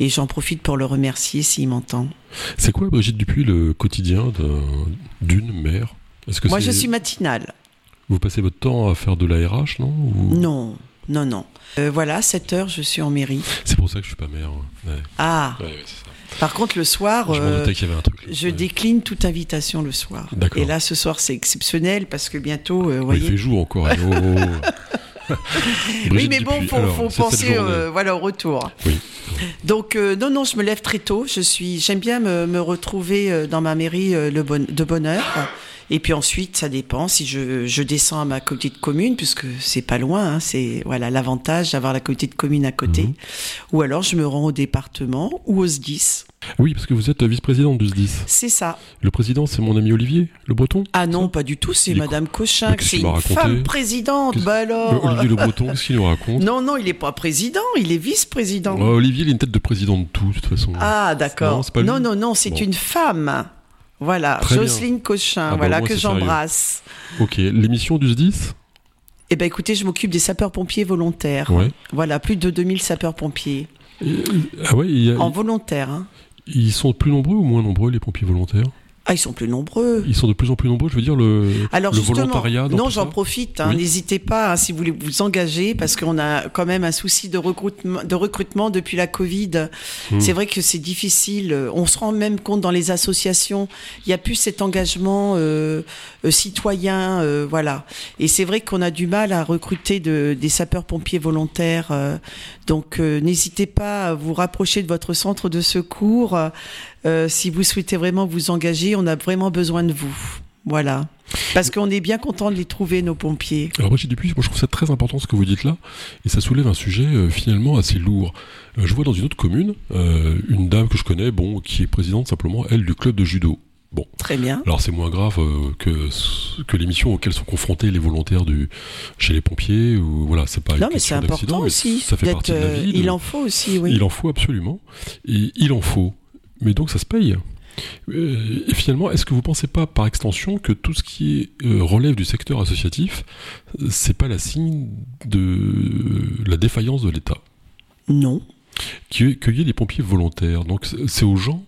et j'en profite pour le remercier s'il m'entend.
C'est quoi, Brigitte Dupuis, le quotidien d'un- d'une mère Est-ce que
Moi,
c'est-
je suis matinale.
vous passez votre temps à faire de l'ARH, non Ou-
Non, non, non. Euh, voilà, 7 heures, je suis en mairie.
C'est pour ça que je suis pas mère. Ouais, ouais,
Ah,
ouais, c'est ça.
par contre, le soir,
Je m'en
euh,
doutais qu'il y avait un truc. là.
je
Ouais.
décline toute invitation le soir.
D'accord.
Et là, ce soir, c'est exceptionnel parce que bientôt, euh, vous
Mais Il fait
voyez.
jour encore.
[laughs]
allô.
Oui,
Brigitte
mais bon,
Dupuis,
faut,
alors,
faut
c'est cette
penser
journée.
euh, voilà, au retour.
Oui.
Donc, euh, non, non, je me lève très tôt. Je suis, j'aime bien me, me retrouver euh, dans ma mairie euh, le bon, de bonne heure. Et puis ensuite, ça dépend si je, je descends à ma petite commune, puisque c'est pas loin. hein, c'est voilà l'avantage d'avoir la petite commune à côté.
Mhm.
Ou alors, je me rends au département ou au SDIS.
Oui, parce que vous êtes vice-présidente du SDIS.
C'est ça.
Le président, c'est mon ami Olivier, le breton
Ah non, pas du tout. C'est
Il est
Madame Cochin,
Mais
que
qu'est-ce
c'est
qu'il m'a
une
raconté
femme présidente.
Qu'est-ce-
Bah
Euh,
alors.
Olivier le breton, qu'est-ce qu'il nous raconte
Non, non, il n'est pas président. Il est vice-président.
Ouais, Olivier, il a une tête de président de tout, de toute façon.
Ah, d'accord.
Non, c'est pas lui.
non, non, non, c'est
Bon.
une femme. Voilà,
Très bien.
Jocelyne Cochin,
Ah bah,
voilà,
au moins,
que
c'est sérieux.
j'embrasse.
Ok, l'émission du SDIS
Eh ben écoutez, je m'occupe des sapeurs-pompiers volontaires.
Ouais.
Voilà, plus de 2000 sapeurs-pompiers.
Et- Ah ouais, il y a-
En volontaire, hein.
ils sont plus nombreux ou moins nombreux, les pompiers volontaires
Ah, ils sont plus nombreux.
Ils sont de plus en plus nombreux, je veux dire, le,
Alors
le
justement,
volontariat. dans
non,
tout
j'en
ça
profite. hein,
Oui.
N'hésitez pas hein, si vous voulez vous engager parce qu'on a quand même un souci de recrutement, de recrutement depuis la Covid.
Hmm.
C'est vrai que c'est difficile. euh, On se rend même compte dans les associations, il n'y a plus cet engagement euh, euh, citoyen, euh, voilà. Et c'est vrai qu'on a du mal à recruter de, des sapeurs-pompiers volontaires. euh, donc euh, n'hésitez pas à vous rapprocher de votre centre de secours euh, euh, si vous souhaitez vraiment vous engager. On a vraiment besoin de vous. Voilà. Parce qu'on est bien content de les trouver, nos pompiers.
Alors Brigitte Dupuis, moi je trouve ça très important ce que vous dites là, et ça soulève un sujet euh, finalement assez lourd. Euh, je vois dans une autre commune euh, une dame que je connais, bon, qui est présidente simplement, elle, du club de judo.
Très bien.
Alors c'est moins grave euh, que, ce- que les missions auxquelles sont confrontés les volontaires du, chez les pompiers, ou voilà, c'est pas une
Non, mais c'est
Ah, question d'accident,
important
mais
aussi.
ça fait
d'être,
partie de la
euh,
vie. de-
Il en faut aussi, oui.
il en faut absolument, et il en faut. Mais donc ça se paye. Euh, Et finalement, est-ce que vous pensez pas, par extension, que tout ce qui est, euh, relève du secteur associatif, euh, c'est pas la signe de la défaillance de l'État
Non.
Qu'il y ait- Qu'il y ait les pompiers volontaires. Donc c'est c'est aux gens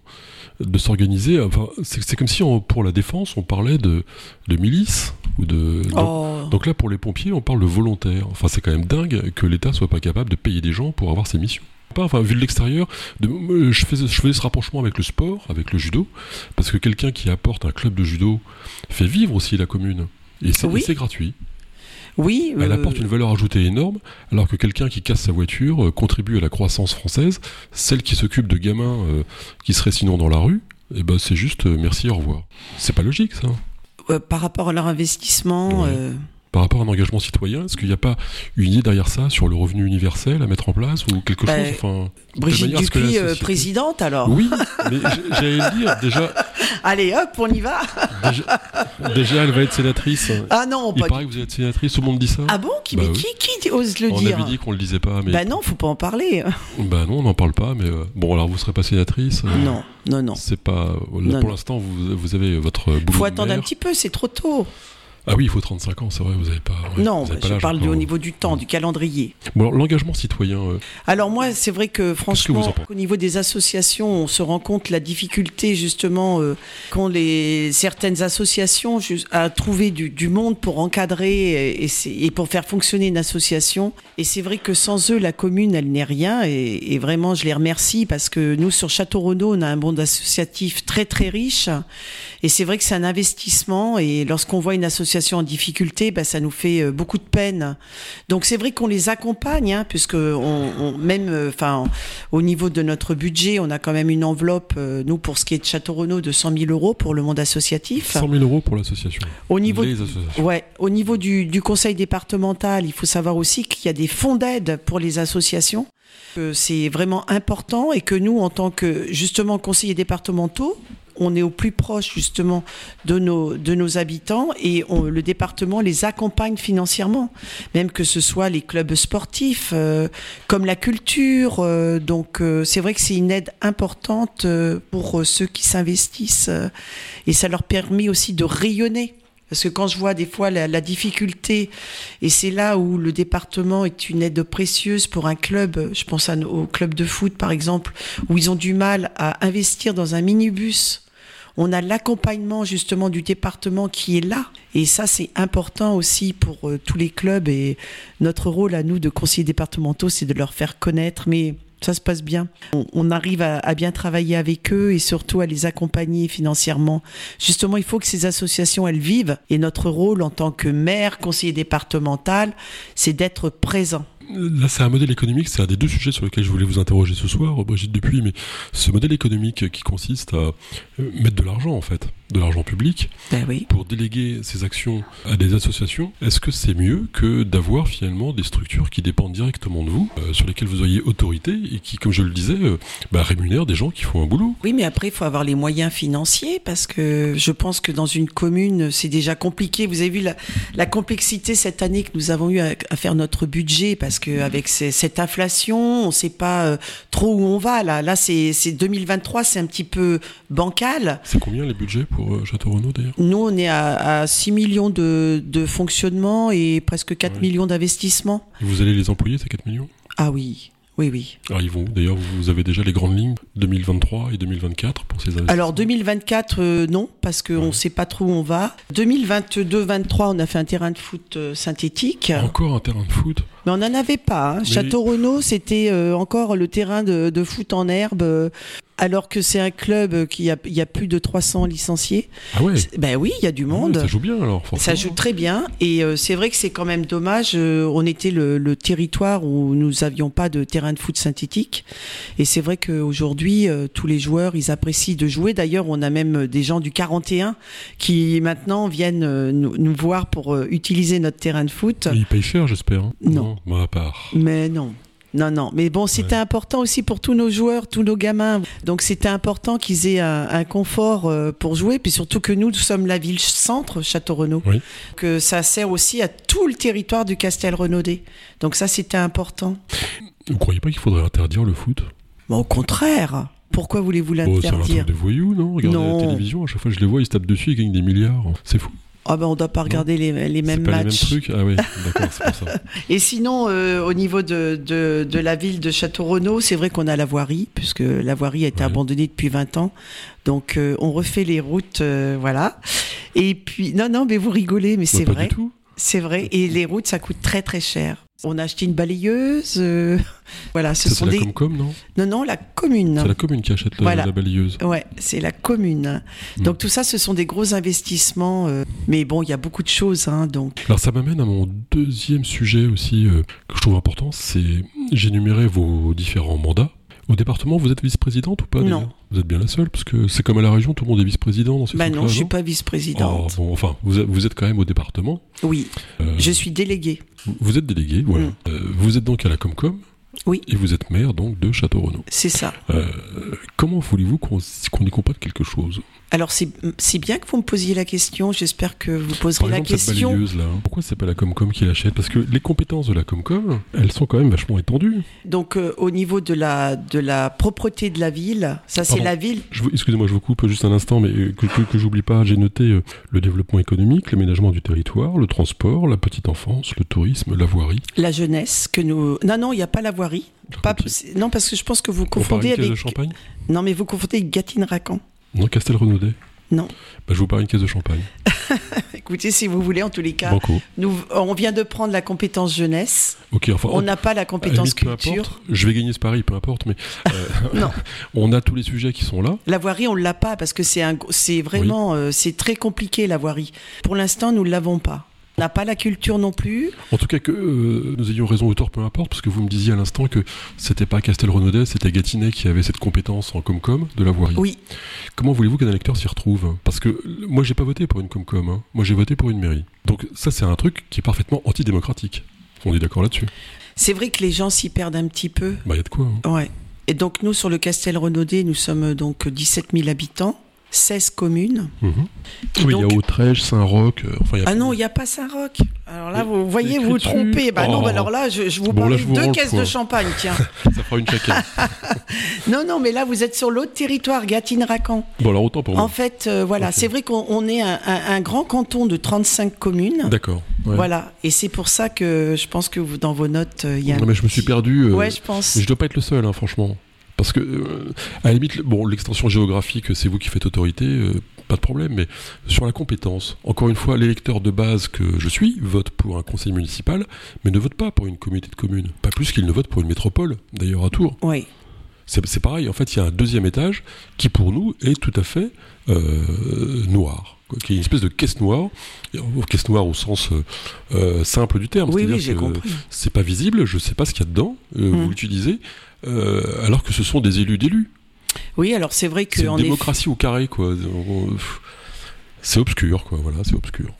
de s'organiser. Enfin, c'est c'est comme si on- pour la défense, on parlait de, de milice ou de. donc-
Oh.
donc là, pour les pompiers, on parle de volontaires. Enfin, c'est quand même dingue que l'État soit pas capable de payer des gens pour avoir ces missions. Pas, enfin, vu de l'extérieur, de- euh, je faisais, je faisais ce rapprochement avec le sport, avec le judo, parce que quelqu'un qui apporte un club de judo fait vivre aussi la commune. Et c'est
Oui.
et c'est gratuit.
oui.
Elle
euh,
apporte une valeur ajoutée énorme, alors que quelqu'un qui casse sa voiture euh, contribue à la croissance française. Celle qui s'occupe de gamins euh, qui seraient sinon dans la rue, eh ben, c'est juste euh, merci, au revoir. C'est pas logique, ça.
euh, par rapport à leur investissement.
Ouais.
euh,
Par rapport à un engagement citoyen, est-ce qu'il n'y a pas une idée derrière ça sur le revenu universel à mettre en place ou quelque
Bah,
chose enfin, de
Brigitte
manière à ce que la
Dupuis, euh,
société-
présidente, alors.
Oui, mais j- j'allais le dire, déjà,
Allez, hop, on y va.
déjà, déjà, elle va être sénatrice.
Ah non,
Il
pas du-
paraît que vous êtes sénatrice, tout le monde dit ça.
Ah bon qui,
Bah
mais
oui.
qui, qui ose le
on
dire
avait dit qu'on le disait pas, mais
Bah non, faut pas en parler.
bah non, on n'en parle pas. Mais euh, bon, alors vous serez pas sénatrice. euh,
[laughs] Non, non, non.
C'est pas euh, là,
Non, non.
pour l'instant. Vous, vous avez votre boulot.
Faut
de
attendre
maire.
un petit peu, c'est trop tôt.
Ah oui, il faut 35 ans, c'est vrai. Vous avez pas. ouais,
non,
vous avez
bah,
pas
je
l'âge
parle du, au
encore.
niveau du temps, du calendrier.
Bon, alors, l'engagement citoyen. euh,
Alors moi, c'est vrai que
vous en
franchement,
pensez
au niveau des associations, on se rend compte la difficulté justement euh, qu'ont les certaines associations ju- à trouver du, du monde pour encadrer et, et c'est- et pour faire fonctionner une association. Et c'est vrai que sans eux, la commune, elle n'est rien. Et, et vraiment, je les remercie parce que nous, sur Château Renaud, on a un monde associatif très très riche. Et c'est vrai que c'est un investissement. Et lorsqu'on voit une association en difficulté, bah, ça nous fait euh, beaucoup de peine. Donc c'est vrai qu'on les accompagne, hein, puisque on, on- même, euh, enfin, au niveau de notre budget, on a quand même une enveloppe, euh, nous pour ce qui est de Château Renaud, de 100 000 euros pour le monde associatif.
100 000 euros pour l'association.
Au niveau
Les associations.
Ouais, au niveau du, du conseil départemental, il faut savoir aussi qu'il y a des fonds d'aide pour les associations. que C'est vraiment important et que nous, en tant que justement conseillers départementaux, on est au plus proche justement de nos, de nos habitants et on- le département les accompagne financièrement, même que ce soit les clubs sportifs, euh, comme la culture. euh, donc euh, c'est vrai que c'est une aide importante euh, pour euh, ceux qui s'investissent euh, et ça leur permet aussi de rayonner. Parce que quand je vois des fois la, la difficulté, et c'est là où le département est une aide précieuse pour un club, je pense à nos- au club de foot par exemple, où ils ont du mal à investir dans un minibus. On a l'accompagnement justement du département qui est là. Et ça, c'est important aussi pour euh, tous les clubs. Et notre rôle à nous de conseillers départementaux, c'est de leur faire connaître. Mais ça se passe bien. On, on arrive à, à bien travailler avec eux et surtout à les accompagner financièrement. Justement, il faut que ces associations, elles vivent. Et notre rôle en tant que maire, conseiller départemental, c'est d'être présent.
Là, c'est un modèle économique, c'est un des deux sujets sur lesquels je voulais vous interroger ce soir, euh, Brigitte Dupuis, mais ce modèle économique qui consiste à euh, mettre de l'argent, en fait, de l'argent public,
Ben oui.
pour déléguer ces actions à des associations, est-ce que c'est mieux que d'avoir finalement des structures qui dépendent directement de vous, euh, sur lesquelles vous ayez autorité et qui, comme je le disais, euh, bah, rémunèrent des gens qui font un boulot
Oui, mais après, il faut avoir les moyens financiers parce que je pense que dans une commune, c'est déjà compliqué. Vous avez vu la, la complexité cette année que nous avons eu à, à faire notre budget parce que avec ces- cette inflation, on ne sait pas euh, trop où on va. Là, là c'est c'est 2023, c'est un petit peu bancal.
C'est combien les budgets pour euh, Château Renaud d'ailleurs
Nous, on est à, à 6 millions de, de fonctionnement et presque 4
Ouais.
millions d'investissement.
Et Vous allez les employer, ces 4 millions
Ah oui, oui, oui.
Alors ils vont où D'ailleurs, vous avez déjà les grandes lignes 2023 et 2024 pour ces investissements.
Alors 2024, euh, non, parce qu'on ne sait pas trop où on va. 2022-23, on a fait un terrain de foot euh, synthétique,
Encore un terrain de foot
mais on n'en avait pas. hein.
Mais-
Château Renaud, c'était euh, encore le terrain de, de foot en herbe, euh, alors que c'est un club qui a, il y a plus de 300 licenciés.
Ah ouais
C'est- Ben oui, il y a du monde.
Ça joue bien alors, forcément.
Ça joue très bien et euh, c'est vrai que c'est quand même dommage. euh, on était le, le territoire où nous avions pas de terrain de foot synthétique et c'est vrai qu'aujourd'hui euh, tous les joueurs ils apprécient de jouer. D'ailleurs on a même euh, des gens du 41 qui maintenant viennent euh, nous, nous voir pour euh, utiliser notre terrain de foot.
Mais ils payent cher, j'espère. hein
Non.
Bah, à part.
Mais non. Non, non. Mais bon, c'était important aussi pour tous nos joueurs, tous nos gamins. Donc c'était important qu'ils aient un, un confort euh, pour jouer. Puis surtout que nous, nous sommes la ville centre, Château-Renaud.
Oui.
Que ça sert aussi à tout le territoire du Castel-Renaudé. Donc ça, c'était important.
Vous croyez pas qu'il faudrait interdire le foot
Mais au contraire, pourquoi voulez-vous
Oh, c'est un
l'interdire
truc de voyous, non Regardez
Non.
la télévision, à chaque fois que je les vois, ils se tapent dessus, ils gagnent des milliards. C'est fou.
Ah ben, on doit pas regarder les, les
C'est
mêmes
pas
matchs.
les mêmes trucs Ah ouais, d'accord, c'est pour
[laughs]
ça.
Et sinon, euh, au niveau de, de, de la ville de Château-Renaud, c'est vrai qu'on a la voirie, puisque la voirie a été
Ouais.
abandonnée depuis 20 ans. Donc, euh, on refait les routes, euh, voilà. Et puis, non, non, mais vous rigolez, mais c'est
Bah, pas
vrai.
du tout.
C'est vrai. Et les routes, ça coûte très, très cher. On a acheté une balayeuse. euh, [laughs] voilà, ce
Ça,
sont
c'est
des.
la Comcom, non
Non, non, la commune.
C'est la commune qui achète la,
Voilà.
la balayeuse.
Ouais, c'est la commune.
Mm.
Donc, tout ça, ce sont des gros investissements. euh, mais bon, il y a beaucoup de choses, hein, donc.
Alors ça m'amène à mon deuxième sujet aussi euh, que je trouve important, c'est j'énumérais vos différents mandats. Au département, vous êtes vice-présidente ou pas
Non.
déjà Vous êtes bien la seule, parce que c'est comme à la région, tout le monde est vice-président dans ces
Bah non,
trucs-là,
je suis
non
pas vice-présidente.
Oh, bon, enfin, vous, êtes- vous êtes quand même au département.
Oui,
Euh,
je suis déléguée.
Vous êtes délégué, voilà.
Mm.
Euh, vous êtes donc à la Comcom.
Oui.
Et vous êtes maire donc de Château-Renaud.
C'est ça.
Euh, comment voulez-vous qu'on qu'on y comprenne quelque chose
Alors c'est c'est bien que vous me posiez la question. J'espère que vous poserez
Par
la
exemple, cette
question.
balayeuse là, hein, pourquoi c'est pas la Comcom qui l'achète Parce que les compétences de la Comcom, elles sont quand même vachement étendues.
Donc euh, au niveau de la de la propreté de la ville, ça c'est
Pardon.
la ville.
Je vous- Excusez-moi, je vous coupe juste un instant, mais euh, que, que, que j'oublie pas, j'ai noté euh, le développement économique, l'aménagement du territoire, le transport, la petite enfance, le tourisme, la voirie.
La jeunesse que nous. Non non, il n'y a pas la voirie. Pas,
Charpentier.
c'est- non parce que je pense que vous
On parle
confondez
une caisse de
avec.
champagne
Non mais vous confondez avec Gatine-Racan.
Non, Castelrenaudet
Non.
Bah, je vous parle une caisse de champagne.
Écoutez si vous voulez en tous les cas,
Banco.
nous on vient de prendre la compétence jeunesse.
Ok, enfin.
on n'a pas la
à la Bah, limite,
compétence
peu
culture.
importe, je vais gagner ce pari, peu importe, mais euh,
Non.
[laughs] on a tous les sujets qui sont là.
La voirie, on l'a pas parce que c'est un, gros- c'est vraiment, euh, c'est très compliqué la voirie. Pour l'instant, nous ne l'avons pas. On n'a pas la culture non plus.
En tout cas, que euh, nous ayons raison ou tort, peu importe, parce que vous me disiez à l'instant que c'était pas Castelrenaudet, c'était Gatinet qui avait cette compétence en Comcom de la voirie.
Oui,
Comment voulez-vous qu'un électeur s'y retrouve Parce que euh, moi, j'ai pas voté pour une Comcom. hein. Moi, j'ai voté pour une mairie. Donc ça, c'est un truc qui est parfaitement antidémocratique. On est d'accord là-dessus.
c'est vrai que les gens s'y perdent un petit peu.
Bah, il y a de quoi. hein.
euh, Ouais. Et donc nous, sur le Castel Renaudé, nous sommes donc 17 000 habitants. 16 communes.
Mhm.
Et
Oui, il
donc-
y a Autrèche, Saint-Roch. euh, enfin, il y a
Ah
plein
non,
de-
il n'y a pas Saint-Roch. Alors là, vous voyez, vous vous
l'écriture.
trompez. Bah non,
Oh.
bah alors là, je, je vous
Bon,
parle
là,
de
je vous rends
deux
le
caisses de
point.
champagne,
[laughs]
tiens.
ça fera une chacun.
non, non, mais là, vous êtes sur l'autre territoire, Gatine-Racan.
bon, alors autant pour
En
moi.
fait, euh, voilà,
Oh. Ok.
c'est vrai qu'on on est un, un- un grand canton de 35 communes.
D'accord. ouais.
Voilà, et c'est pour ça que je pense que vous, dans vos notes, euh, il y a. un
Non, mais je me suis
petit-
perdu. euh,
Ouais, je pense.
Mais je dois pas être le seul, hein, franchement. Parce que, euh, à la limite, le- bon, l'extension géographique, c'est vous qui faites autorité, euh, pas de problème, mais sur la compétence, encore une fois, l'électeur de base que je suis vote pour un conseil municipal, mais ne vote pas pour une communauté de communes. Pas plus qu'il ne vote pour une métropole, d'ailleurs à Tours.
Oui.
C'est c'est pareil, en fait, il y a un deuxième étage qui, pour nous, est tout à fait euh, noir, quoi, qui est une espèce de caisse noire, et, euh, caisse noire au sens euh, euh, simple du terme.
Oui,
c'est-à-dire
oui, j'ai
que
compris.
c'est pas visible, je sais pas ce qu'il y a dedans, euh,
Mm.
vous l'utilisez, euh, alors que ce sont des élus d'élus.
Oui, alors c'est vrai que
C'est une
en effet,
démocratie au carré, quoi. On- pff, C'est obscur, quoi, voilà, c'est obscur.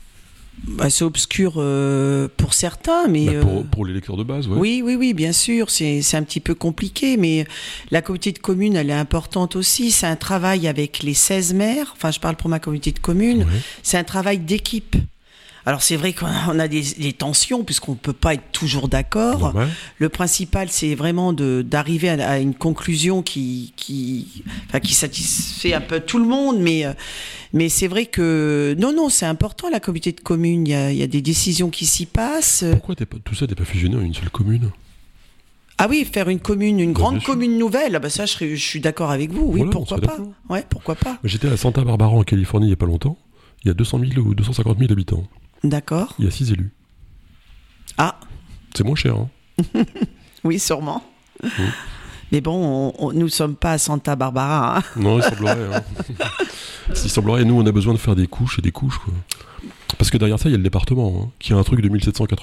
bah, c'est obscur euh, pour certains, mais.
Bah,
euh,
pour pour l'électeur de base, ouais.
Oui, oui, oui, bien sûr, c'est c'est un petit peu compliqué, mais la communauté de communes, elle est importante aussi. C'est un travail avec les 16 maires, enfin je parle pour ma communauté de communes,
Ouais.
c'est un travail d'équipe. Alors c'est vrai qu'on a- on a des, des tensions puisqu'on ne peut pas être toujours d'accord.
Normal.
Le principal, c'est vraiment de- d'arriver à, à une conclusion qui, qui, enfin, qui satisfait un peu tout le monde, mais, euh, mais c'est vrai que non, non, c'est important la communauté de communes. Il y a, il y a des décisions qui s'y passent.
Pourquoi t'es pas- tout ça n'est pas fusionné en une seule commune
Ah oui, faire une commune, une
Bah,
grande
bien sûr.
commune nouvelle, ah bah ça je, serais- je suis d'accord avec vous, oui,
Voilà, on
pourquoi
serait
pas
d'accord.
Ouais, pourquoi pas
J'étais à Santa Barbara en Californie il y a pas longtemps. Il y a 200 000 ou 250 000 habitants.
D'accord.
Il y a 6 élus.
Ah,
C'est moins cher. Hein.
oui, sûrement. Mais bon, on- on- nous ne sommes pas à Santa Barbara. hein.
Non, il semblerait. hein. il semblerait. Nous, on a besoin de faire des couches et des couches. Quoi. Parce que derrière ça, il y a le département, hein, qui a un truc de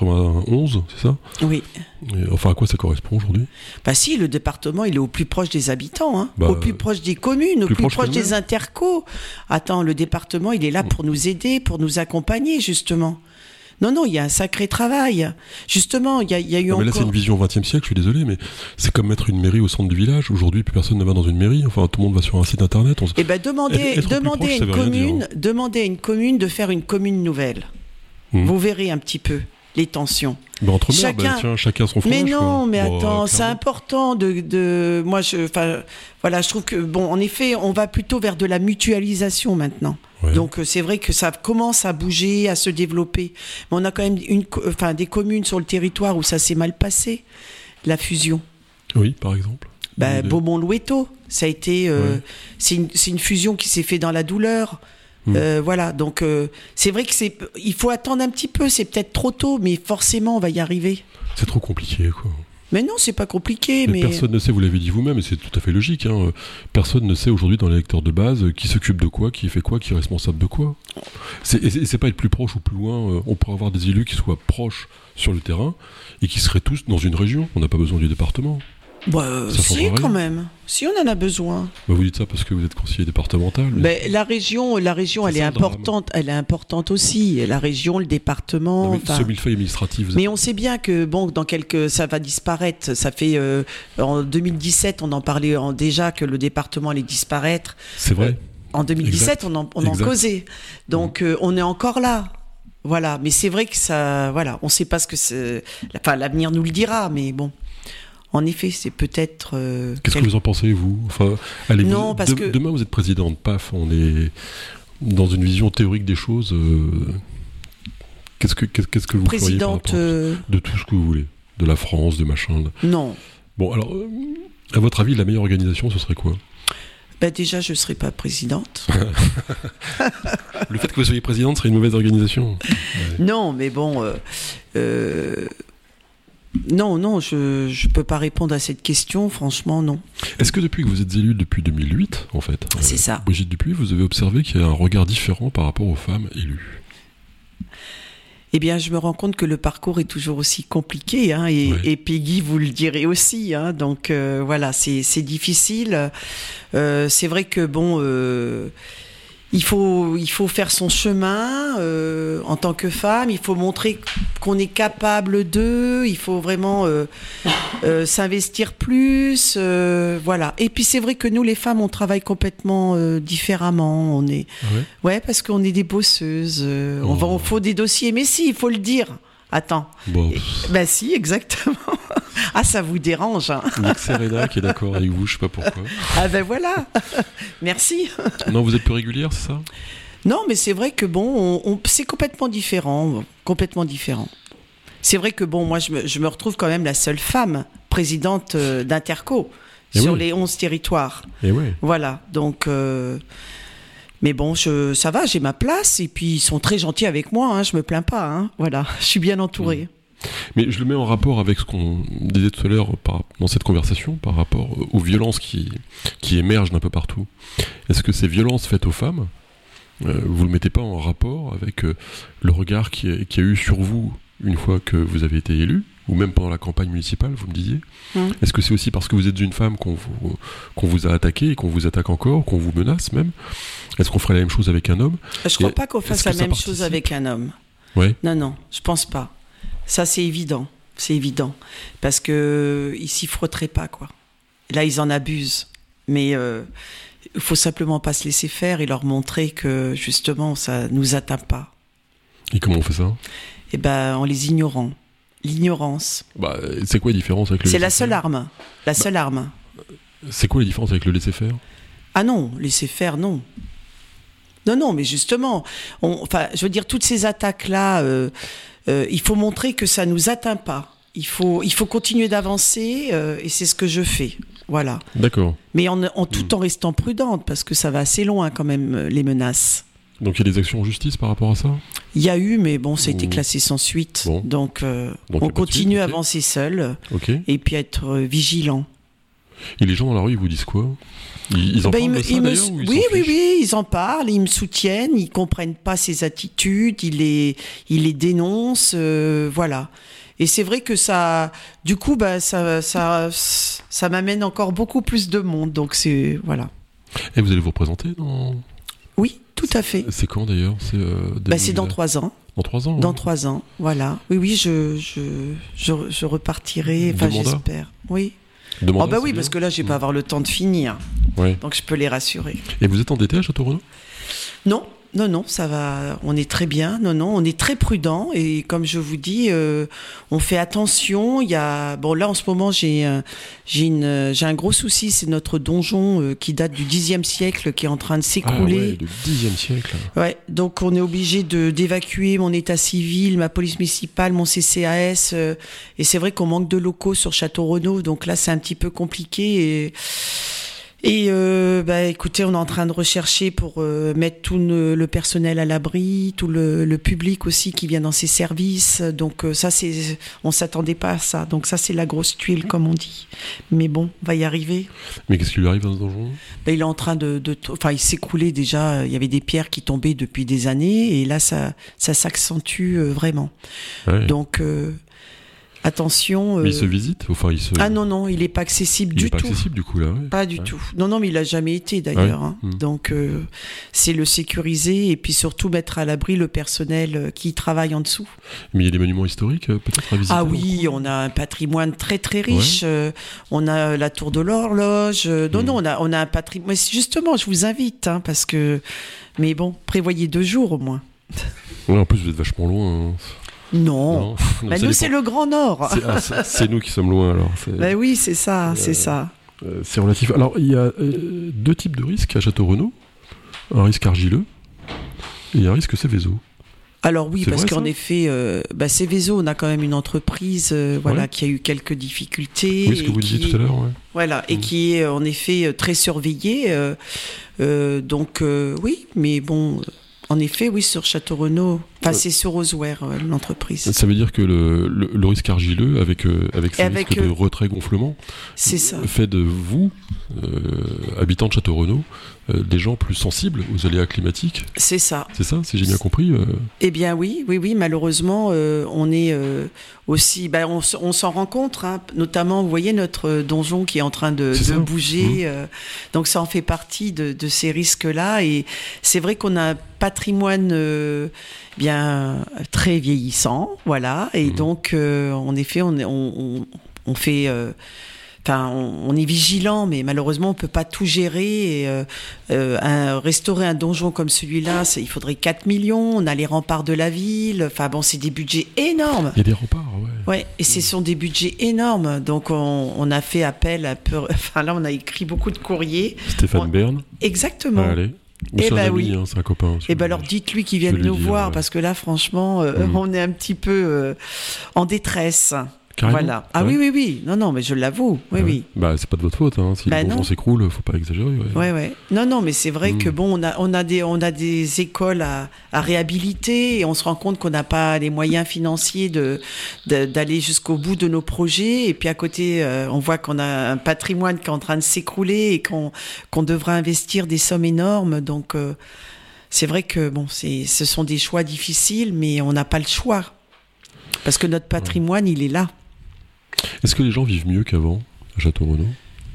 1791, c'est ça
Oui.
Et, Enfin, à quoi ça correspond aujourd'hui
Bah si, le département, il est au plus proche des habitants, hein,
Bah,
au plus proche des communes, au
plus
plus,
proche Mm.
proche des
qu'elle-même.
intercos. Attends, le département, il est là pour nous aider, pour nous accompagner, justement. Non, non, il y a un sacré travail. Justement, il y a, il y a eu
Non, mais là, c'est
encore...
une vision 20 e siècle, je suis désolé, mais c'est comme mettre une mairie au centre du village. Aujourd'hui, plus personne ne va dans une mairie. Enfin, tout le monde va sur un site internet. On se-
Eh ben, demandez,
Être- être au plus
demandez
proche,
à
ça
une
veut rien hein.
commune, demandez à une commune de faire une commune nouvelle.
Mm.
Vous verrez un petit peu les tensions.
Bah, entre maires,
Chacun-
bah, tiens, chacun son fromage.
mais non,
quoi.
mais
Bah,
attends,
clairement.
c'est important de, de- moi je, enfin, voilà, je trouve que bon, en effet, on va plutôt vers de la mutualisation maintenant.
Ouais.
Donc euh, c'est vrai que ça commence à bouger, à se développer. Mais on a quand même une, co- enfin, des communes sur le territoire où ça s'est mal passé, la fusion.
Oui, par exemple.
Bah,
Une idée.
Beaumont-Louetto, ça a été, euh,
Ouais.
c'est une, c'est une fusion qui s'est faite dans la douleur.
Mm.
Euh, voilà, donc euh, c'est vrai que c'est, il faut attendre un petit peu, c'est peut-être trop tôt, mais forcément on va y arriver.
C'est trop compliqué, quoi.
Mais non, c'est pas compliqué,
Mais
mais
Personne ne sait, vous l'avez dit vous-même, et c'est tout à fait logique. hein, euh, Personne ne sait aujourd'hui dans les lecteurs de base euh, qui s'occupe de quoi, qui fait quoi, qui est responsable de quoi. C'est- Et c'est- et c'est pas être plus proche ou plus loin. euh, On pourrait avoir des élus qui soient proches sur le terrain et qui seraient tous dans une région. On n'a pas besoin du département.
Bah, euh,
Ça
si
changera
quand
rien.
même, si on en a besoin.
Bah, vous dites ça parce que vous êtes conseiller départemental. mais-
Ben, la région, la région,
C'est
elle
ça,
est
le drame.
importante, elle est importante aussi. La région, le département.
Non, mais
enfin.
Ce millefeuille administratif, vous êtes-
Mais on sait bien que bon, dans quelques, ça va disparaître. Ça fait euh, en 2017, on en parlait en- déjà que le département allait disparaître.
c'est
euh,
vrai.
En
Exact.
2017, on en, on en
Exact. Mm.
causait. Donc euh, on est encore là. Voilà. Mais c'est vrai que ça, voilà, on ne sait pas ce que c'est. Enfin, l'avenir nous le dira. Mais bon, en effet, c'est peut-être. euh,
Qu'est-ce
quelque-
que vous en pensez, vous enfin, allez, vous-
Non, parce
de-
que-
Demain, vous êtes présidente, paf, on est dans une vision théorique des choses. euh, Qu'est-ce que, qu'est-ce qu'est-ce que vous feriez par
présidente.
rapport à tout ça
euh,
de tout ce que vous voulez, de la France, de machin. de-
non.
Bon, alors, euh, à votre avis, la meilleure organisation, ce serait quoi
Bah déjà, je ne serai pas présidente.
Le fait que vous soyez présidente serait une mauvaise organisation.
non, mais bon. euh, euh, non, non, je ne peux pas répondre à cette question, franchement, non.
Est-ce que depuis que vous êtes élue, depuis 2008, en fait, euh,
C'est ça.
Brigitte Dupuis, vous avez observé qu'il y a un regard différent par rapport aux femmes élues
Eh bien, je me rends compte que le parcours est toujours aussi compliqué, hein, et,
Ouais.
et Peggy vous le direz aussi. Hein, donc euh, voilà, c'est c'est difficile. Euh, c'est vrai que bon, euh, il faut, il faut faire son chemin euh, en tant que femme, il faut montrer qu'on est capable d'eux, il faut vraiment euh, euh, s'investir plus. euh, voilà. Et puis c'est vrai que nous, les femmes, on travaille complètement euh, différemment. On est,
Ah ouais
ouais, parce qu'on est des bosseuses. euh, On va
Oh.
au fond des dossiers. Mais si, il faut le dire. Attends.
Bon,
Et-
pff,
Bah si, exactement. [laughs] ah, ça vous dérange. hein.
Nick Serena qui est d'accord avec vous, je sais pas pourquoi.
Ah ben voilà. [laughs] Merci.
Non, vous êtes plus régulière, c'est ça
Non, mais c'est vrai que bon, on, on- c'est complètement différent, complètement différent. C'est vrai que bon, moi, je me, je me retrouve quand même la seule femme présidente euh, d'Interco
Eh
sur
oui.
les 11 territoires.
Et ouais.
Voilà, donc. euh, mais bon, je, ça va, j'ai ma place et puis ils sont très gentils avec moi, hein, je me plains pas. hein, voilà, [laughs] je suis bien entourée.
Mais je le mets en rapport avec ce qu'on disait tout à l'heure par- dans cette conversation, par rapport euh, aux violences qui, qui émergent d'un peu partout. Est-ce que ces violences faites aux femmes, euh, vous ne le mettez pas en rapport avec euh, le regard qui est- qu'il y a eu sur vous une fois que vous avez été élu, ou même pendant la campagne municipale, vous me disiez
Mm.
Est-ce que c'est aussi parce que vous êtes une femme qu'on vous, qu'on vous a attaqué et qu'on vous attaque encore, qu'on vous menace même Est-ce qu'on ferait la même chose avec un homme
Je crois
Et
pas qu'on fasse
est-ce que
la
ça
même chose
participe
avec un homme.
Ouais.
Non, non, je pense pas. Ça, c'est évident. C'est évident. Parce que ils s'y frotteraient pas, quoi. Là, ils en abusent. Mais euh, il faut simplement pas se laisser faire et leur montrer que, justement, ça nous atteint pas.
Et comment on fait ça
Et ben, en les ignorant. L'ignorance.
bah, C'est quoi la différence avec le
C'est la
laisser-faire
seule arme.
Bah.
La seule arme.
C'est quoi la différence avec le laisser-faire
Ah non, laisser faire, non. Non, non, mais justement, on- enfin, je veux dire, toutes ces attaques-là, euh, euh, il faut montrer que ça nous atteint pas. Il faut, il faut continuer d'avancer, euh, et c'est ce que je fais. Voilà.
D'accord.
Mais en, en tout
Hmm.
en restant prudente, parce que ça va assez loin quand même, euh, les menaces.
Donc il y a des actions en justice par rapport à ça
Il y a eu, mais bon, ça a été
Ouh.
classé sans suite.
Hmm. Bon.
Donc, euh,
Donc, y
on
a pas de
continue
suite,
à
ok.
avancer seul, euh,
Ok. Et
et puis être euh, vigilant.
les gens dans la rue, ils vous disent quoi Ils, ils en
Ben,
parlent
ils me-
de ça
ils me-
d'ailleurs ou ils
oui,
s'en
oui,
fichent
oui, ils en parlent, ils me soutiennent, ils comprennent pas ses attitudes, ils les, ils les dénoncent, euh, voilà. Et c'est vrai que ça, du coup, bah, ça, ça, ça m'amène encore beaucoup plus de monde, donc c'est, voilà.
Et Eh, vous allez vous représenter dans...
Oui, tout à fait.
C'est quand d'ailleurs C'est euh,
Bah,
début-
c'est dans trois ans,
dans trois ans
dans
hein
trois ans, voilà. Oui, oui, je, je, je, je repartirai,
Deux
enfin,
mandats
j'espère. Oui.
hein Demandez,
Oh bah
c'est
oui,
bien.
parce que là, je vais pas avoir le temps de finir,
Ouais.
donc je peux les rassurer.
Et vous êtes endetté à Château Renaud
Non, non, non, ça va. On est très bien. Non, non, on est très prudent. Et comme je vous dis, euh, on fait attention. Il y a bon là en ce moment j'ai un- j'ai une euh, j'ai un gros souci. C'est notre donjon euh, qui date du Xe siècle qui est en train de
Ah ouais,
s'écrouler.
du Xe siècle.
ouais. Donc on est obligé de d'évacuer mon état civil, ma police municipale, mon CCAS. euh, et c'est vrai qu'on manque de locaux sur Château Renaud. Donc là c'est un petit peu compliqué. Et, et euh, bah, écoutez, on est en train de rechercher pour euh, mettre tout ne- le personnel à l'abri, tout le, le public aussi qui vient dans ces services. Donc euh, ça, c'est, on s'attendait pas à ça. Donc ça, c'est la grosse tuile, comme on dit. Mais bon, on va y arriver.
Mais qu'est-ce qui lui arrive dans ce donjon
Bah, il est en train de, de t- enfin, il s'écroulait déjà. euh, Il y avait des pierres qui tombaient depuis des années, et là, ça, ça s'accentue euh, vraiment.
Ouais.
Donc euh, attention.
Mm. Mais
euh,
il se visite Enfin, il se...
Ah non non, il est pas accessible
il est
du
pas
tout.
accessible du coup là. ouais.
Pas du
Ouais.
tout. Non, non, mais il a jamais été d'ailleurs. hein.
Mm.
Donc, euh, c'est le sécuriser et puis surtout mettre à l'abri le personnel euh, qui travaille en dessous.
Mais il y a des monuments historiques euh, peut-être à visiter
ah
dans le
oui,
coin
on a un patrimoine très très riche. Euh, on a la tour de l'horloge. Euh, non,
Mm.
non, on a, on a un patrimoine. Mais Justement, je vous invite hein, parce que. Mais bon, prévoyez deux jours au moins.
Ouais, en plus, vous êtes vachement loin. hein.
Non.
Non. Non,
Bah,
ça
nous,
dépend.
c'est le Grand Nord.
C'est- ah, c'est- c'est nous qui sommes loin alors. C'est-
Bah oui, c'est ça, c'est
Euh,
ça.
Euh, C'est relatif. Alors, il y a euh, deux types de risques à Château Renaud un risque argileux et un risque Céveso.
Alors oui,
C'est
parce
vrai,
qu'en
ça
effet, euh, bah, Céveso, on a quand même une entreprise euh, voilà,
Ouais.
qui a eu quelques difficultés.
Oui, ce que
et
vous disiez
qui-
tout à l'heure. ouais.
Voilà, et
Mm.
qui est en effet euh, très surveillé. euh, euh, donc euh, oui, mais bon, en effet, oui, sur Château Renaud, Enfin, c'est sur Roseware, euh, l'entreprise.
Ça veut dire que le, le- le risque argileux, avec, euh, avec ce
Et avec,
risque de
euh,
retrait-gonflement,
C'est ça.
fait de vous, euh, habitants de Château-Renaud, euh, des gens plus sensibles aux aléas climatiques.
C'est ça.
C'est ça, si j'ai bien compris euh,
Eh bien oui, oui, oui, malheureusement, euh, on est euh, aussi, ben, on, s- on s'en rencontre, hein, notamment, vous voyez notre euh, donjon qui est en train de,
C'est ça.
de bouger,
Mmh.
euh, donc ça en fait partie de, de ces risques-là, et c'est vrai qu'on a un patrimoine euh, bien très vieillissant, voilà, et
Mmh.
donc euh, en effet, on, est- on, on- on fait... euh, Enfin, on, on est vigilant, mais malheureusement, on peut pas tout gérer. Et, euh, euh, un- restaurer un donjon comme celui-là, c'est- il faudrait 4 millions. On a les remparts de la ville. Enfin bon, c'est des budgets énormes.
Il y a des remparts, ouais.
Ouais, et ce sont des budgets énormes. Donc on, on a fait appel à peu. [laughs] Enfin là, on a écrit beaucoup de courriers.
Stéphane
Ouais.
Bern,
Exactement.
Ah, allez. Ou
Eh
c'est un
bah
ami,
oui.
hein, c'est un copain. aussi.
Et ben alors dites-lui qu'il vienne
Je vais lui
nous
dire,
voir
ouais.
parce que là, franchement, euh,
Mm.
on est un petit peu euh, en détresse.
Carrément.
Voilà. Ah
Ouais.
oui, oui, oui. Non, non, mais je l'avoue. Oui,
Ouais.
oui.
Bah, c'est pas de votre faute, hein. Si
Bah,
le
non.
donjon s'écroule, faut pas exagérer. ouais.
Ouais, ouais. Non, non, mais c'est vrai
Mm.
que bon, on a, on a des, on a des écoles à, à réhabiliter et on se rend compte qu'on n'a pas les moyens financiers de, de- d'aller jusqu'au bout de nos projets. Et puis à côté, euh, on voit qu'on a un patrimoine qui est en train de s'écrouler et qu'on, qu'on devra investir des sommes énormes. Donc, euh, c'est vrai que bon, c'est, ce sont des choix difficiles, mais on n'a pas le choix. Parce que notre patrimoine, il est là.
Est-ce que les gens vivent mieux qu'avant à Château-Renaud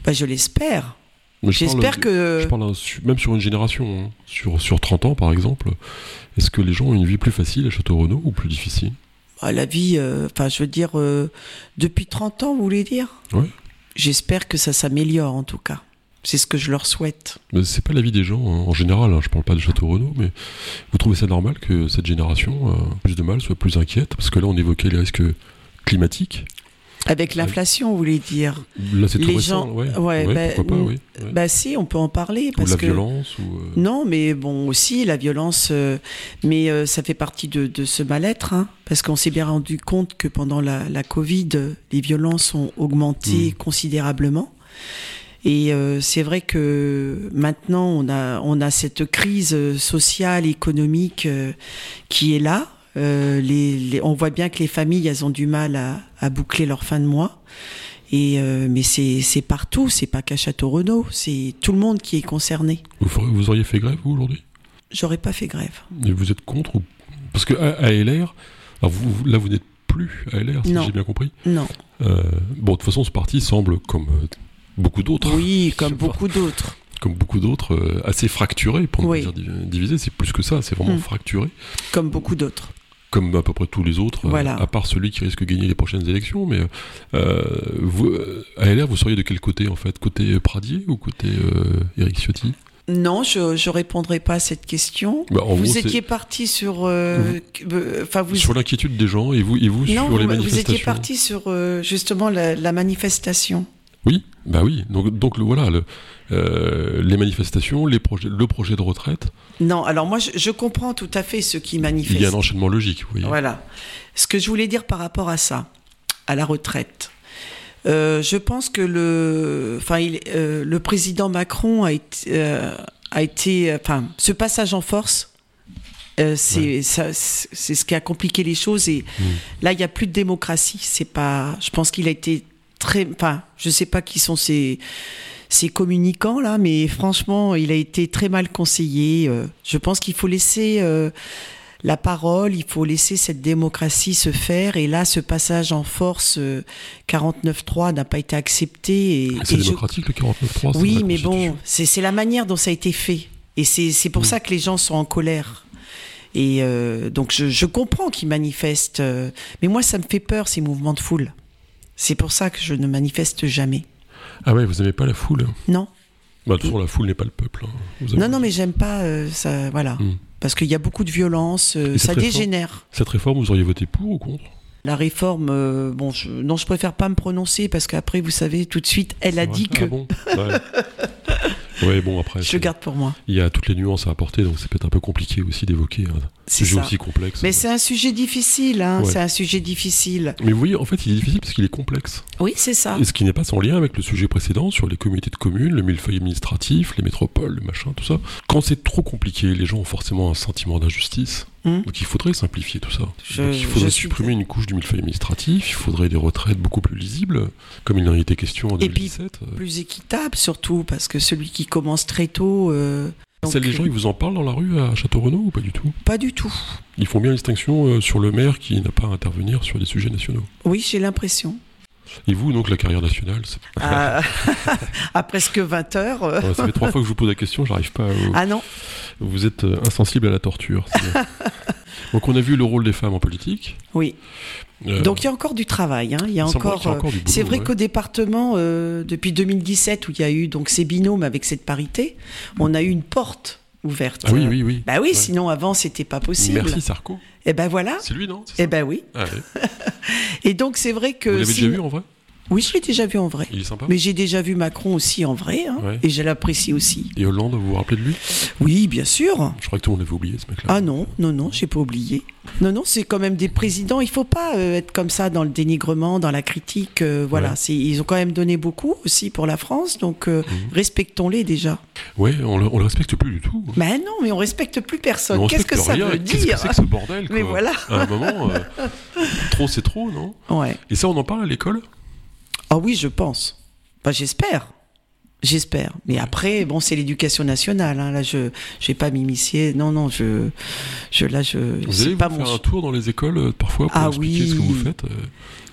Bah, je l'espère.
Mais je parle-
J'espère que.
Je parle hein, su- même sur une génération, hein. sur, sur 30 ans par exemple. Est-ce que les gens ont une vie plus facile à Château-Renaud ou plus difficile
Bah, la vie, euh, enfin, je veux dire, euh, depuis 30 ans, vous voulez dire
Ouais.
J'espère que ça s'améliore, en tout cas. C'est ce que je leur souhaite.
Mais C'est pas la vie des gens hein. en général, hein. je parle pas de Château-Renaud, mais vous trouvez ça normal que cette génération euh, plus de mal, soit plus inquiète Parce que là on évoquait les risques climatiques.
Avec l'inflation, vous voulez dire
Là c'est tout
Les
récent,
gens-
ouais.
ouais, bah,
pourquoi pas,
mm,
oui. ouais.
Bah si, on peut en parler
ou
parce
la
que
violence ou... euh,
non, mais bon aussi la violence, euh, mais euh, ça fait partie de, de ce mal-être, hein, parce qu'on s'est bien rendu compte que pendant la, la Covid, euh, les violences ont augmenté
Mm.
considérablement. Et euh, c'est vrai que maintenant on a on a cette crise euh, sociale, économique euh, qui est là. Euh, les, les- on voit bien que les familles, elles ont du mal à, à boucler leur fin de mois. Et euh, mais c'est c'est partout, c'est pas qu'à Château Renaud, c'est tout le monde qui est concerné.
vous, ferez- vous auriez fait grève vous aujourd'hui
J'aurais pas fait grève.
Et vous êtes contre ou... Parce que à, à LR, alors vous- vous- là vous n'êtes plus à LR, si
Non.
j'ai bien compris.
Non.
Euh, bon, de toute façon, ce parti semble, comme euh, beaucoup d'autres,
Oui,
Je
comme
sais pas.
beaucoup d'autres.
[laughs] comme beaucoup d'autres, euh, assez fracturé, pour ne
Oui.
pas dire div- divisé. C'est plus que ça, c'est vraiment
Mm.
fracturé,
Comme beaucoup d'autres.
comme à peu près tous les autres, euh,
Voilà.
à part celui qui risque de gagner les prochaines élections. Mais euh, vous, euh, à LR, vous seriez de quel côté en fait Côté Pradier ou côté euh, Éric Ciotti
Non, je je répondrai pas à cette question.
Bah, en gros,
vous
c'est
étiez parti sur. euh, que- euh, Enfin, vous.
sur l'inquiétude des gens et vous, et vous
non,
sur les
vous, vous
manifestations.
étiez parti sur euh, justement la, la manifestation.
Oui, bah oui. Donc, donc le, voilà, le, euh, les manifestations, les projets, le projet de retraite,
Non, alors moi je, je comprends tout à fait ceux qui manifestent.
il y a un enchaînement logique, vous voyez.
Voilà. Ce que je voulais dire par rapport à ça, à la retraite. Euh, je pense que le, enfin, il- euh, le président Macron a été, euh, a été, enfin, ce passage en force, euh, c'est ça- c'est c'est ce qui a compliqué les choses. Et
Mm.
là, il n'y a plus de démocratie. C'est pas. Je pense qu'il a été très. Enfin, je sais pas qui sont ces ces communicants là, mais franchement, il a été très mal conseillé. Euh, je pense qu'il faut laisser. euh, la parole, il faut laisser cette démocratie se faire. Et là, ce passage en force euh, 49-3 n'a pas été accepté. Et,
C'est
et je-
démocratique le 49.3 c'est
Oui,
la
mais
Constitution.
bon, c'est c'est la manière dont ça a été fait. Et c'est c'est pour
Mm.
ça que les gens sont en colère. Et euh, donc, je, je comprends qu'ils manifestent. euh, mais moi, ça me fait peur, ces mouvements de foule. C'est pour ça que je ne manifeste jamais.
Ah ouais, vous n'aimez pas la foule.
Non.
Bah, de toute façon, la foule n'est pas le peuple. hein. Vous avez-
Non, non, mais j'aime pas euh, ça. Voilà.
Mm.
Parce qu'il y a beaucoup de violence. euh,
Et c'est
ça
très fort.
dégénère.
Cette réforme, vous auriez voté pour ou contre
La réforme, euh, bon, je, non, je préfère pas me prononcer parce qu'après, vous savez, tout de suite, elle a
Ouais.
dit que
Ah bon ouais. Ouais, bon, après,
je [laughs]
c'est-
garde pour moi.
il y a toutes les nuances à apporter, donc ça peut être un peu compliqué aussi d'évoquer hein,
C'est
Sujet
ça.
aussi complexe.
Mais c'est un sujet difficile, hein,
Ouais.
c'est un sujet difficile.
Mais vous voyez, en fait, il est difficile parce qu'il est complexe.
Oui, c'est ça.
Et ce qui n'est pas sans lien avec le sujet précédent sur les communautés de communes, le millefeuille administratif, les métropoles, le machin, tout ça. Quand c'est trop compliqué, les gens ont forcément un sentiment d'injustice.
Hmm.
Donc il faudrait simplifier tout ça.
Je-
Donc, il faudrait
je suis-
supprimer une couche du millefeuille administratif, il faudrait des retraites beaucoup plus lisibles, comme il en était question en
Et puis,
2017. Euh,
Plus équitable surtout, parce que celui qui commence très tôt, euh, donc,
Celles des gens, ils vous en parlent dans la rue à Château-Renaud ou pas du tout
pas du tout.
Ils font bien la distinction euh, sur le maire qui n'a pas à intervenir sur des sujets nationaux.
Oui,
[laughs]
j'ai l'impression.
Et vous, donc, la carrière nationale
[laughs]
c'est-
À, à presque 20 heures. euh,
Ouais, Ça fait trois fois que je vous pose la question, j'arrive pas au...
Ah non,
Vous êtes euh, insensible à la torture. c'est
[laughs]
bien. Donc on a vu le rôle des femmes en politique.
oui.
Euh,
Donc il y a encore du travail. hein, Il y a
il semblerait
encore.
qu'il y a
euh,
du boulot,
C'est vrai
ouais.
qu'au département, euh, depuis 2017, où il y a eu donc ces binômes avec cette parité, on a eu une porte ouverte.
Ah oui, oui, oui.
Bah oui,
Ouais.
sinon avant c'était pas possible.
Merci Sarko.
Et ben voilà.
C'est lui, non C'est ça
Et ben oui.
Ah, ouais.
Et donc c'est vrai que.
Vous l'avez
si-
déjà vu en vrai
Oui, je l'ai déjà vu en vrai.
Il est sympa.
Mais j'ai déjà vu Macron aussi en vrai, hein,
Ouais.
et je l'apprécie aussi.
Et Hollande, vous vous rappelez de lui
Oui, bien sûr.
Je crois que tout le monde l'avait oublié, ce mec-là.
Ah non, non, non, j'ai pas oublié. Non, non, c'est quand même des présidents. Il faut pas euh, être comme ça dans le dénigrement, dans la critique. euh, voilà,
Ouais.
c'est, ils ont quand même donné beaucoup aussi pour la France, donc euh,
Mhm.
respectons-les déjà.
Ouais, on le, on le respecte plus du tout.
Ben non, mais on respecte plus
Mais
personne.
on
Qu'est-ce que
respecte
ça
rien.
veut
Qu'est-ce que
dire
c'est que ce bordel
Mais
quoi
voilà.
À un moment,
[laughs]
euh, trop c'est trop, non
Ouais.
Et ça, on en parle à l'école
Ah oui, je pense. Bah, j'espère. J'espère. Mais après, bon, c'est l'éducation nationale. hein. Là, je je vais pas m'immiscer. Non, non, je, je là, je.
Vous
c'est
allez vous
pas
faire
mon-
un tour dans les écoles euh, parfois pour
Ah
expliquer ce que
oui.
vous faites. euh,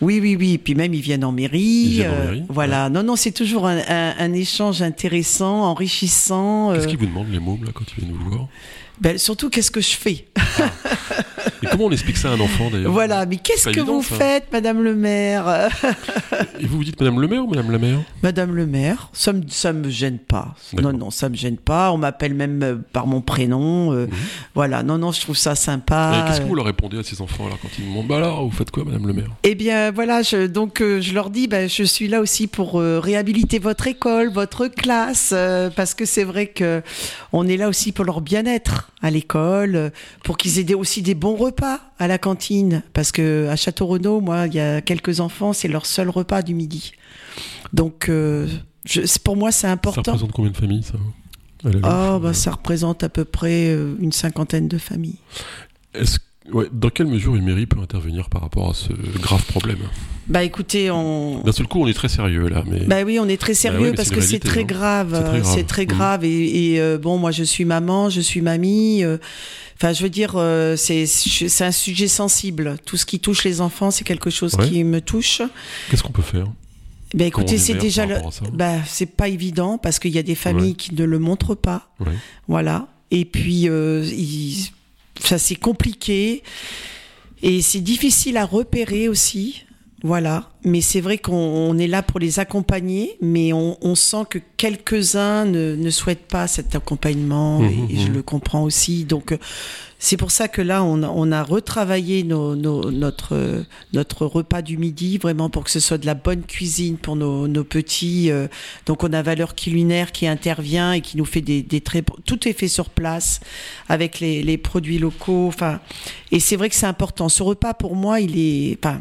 Oui, oui, oui. Et puis même, ils viennent en mairie. euh,
Ils viennent en mairie,
voilà. Non, non, c'est toujours un, un- un échange intéressant, enrichissant.
Qu'est-ce
euh,
qu'ils vous demandent les mômes là quand ils viennent vous voir
ben, surtout, qu'est-ce que je fais [laughs]
Et comment on explique ça à un enfant d'ailleurs
Voilà. Mais qu'est-ce
pas
que
évident,
vous
ça.
faites, Madame le Maire Euh,
Et vous vous dites Madame le maire ou Madame la maire
[laughs] Madame le Maire, ça me ça me gêne pas.
D'accord.
Non, non, ça me gêne pas. On m'appelle même euh, par mon prénom. euh,
Mhm.
Voilà. Non, non, je trouve ça
Et
sympa.
Qu'est-ce que vous leur répondez à ces enfants alors quand ils me demandent Bah alors, vous faites quoi Madame le maire
Eh bien voilà, je, donc euh, je leur dis, ben, je suis là aussi pour euh, réhabiliter votre école, votre classe, euh, parce que c'est vrai que on est là aussi pour leur bien-être à l'école, euh, pour qu'ils aient des- aussi des bons repas à la cantine, parce que à Château Renaud, moi, il y a quelques enfants, c'est leur seul repas du midi. Donc euh, je, c'est- pour moi, c'est
Ça
important.
représente combien de familles ça à la louche
Ah, bah, ça représente à peu près euh, une cinquantaine de familles.
Est-ce- ouais, Dans quelle mesure une mairie peut intervenir par rapport à ce grave problème
Bah écoutez, on,
D'un seul coup, on est très sérieux là, mais
Bah oui, on est très sérieux
Bah oui, mais
parce
c'est
que
une
c'est
réalité,
très
hein.
grave.
C'est très
euh,
grave. Mmh.
C'est très grave. Et, et, euh, bon, moi, je suis maman, je suis mamie. euh, Enfin, je veux dire, euh, c'est c'est un sujet sensible. Tout ce qui touche les enfants, c'est quelque chose
Ouais.
qui me touche.
qu'est-ce qu'on peut faire
Ben
Comment on
écoutez,
est
c'est
maire
déjà
par
le.
rapport à ça
Bah, c'est pas évident parce qu'il y a des familles
Ouais.
qui ne le montrent pas.
Ouais.
Voilà. Et puis, euh, il- ça c'est compliqué et c'est difficile à repérer aussi. Voilà. Mais c'est vrai qu'on on est là pour les accompagner, mais on, on sent que quelques-uns ne, ne souhaitent pas cet accompagnement
Mhm,
et, et je
mhm.
le comprends aussi. Donc, euh, c'est pour ça que là, on, a- on a retravaillé nos- nos- notre, euh, notre repas du midi, vraiment pour que ce soit de la bonne cuisine pour nos, nos petits. euh, donc on a Valeur Culinaire qui intervient et qui nous fait des, des très... Tout est fait sur place avec les, les produits locaux. Enfin, et c'est vrai que c'est important. Ce repas, pour moi, il est... Enfin,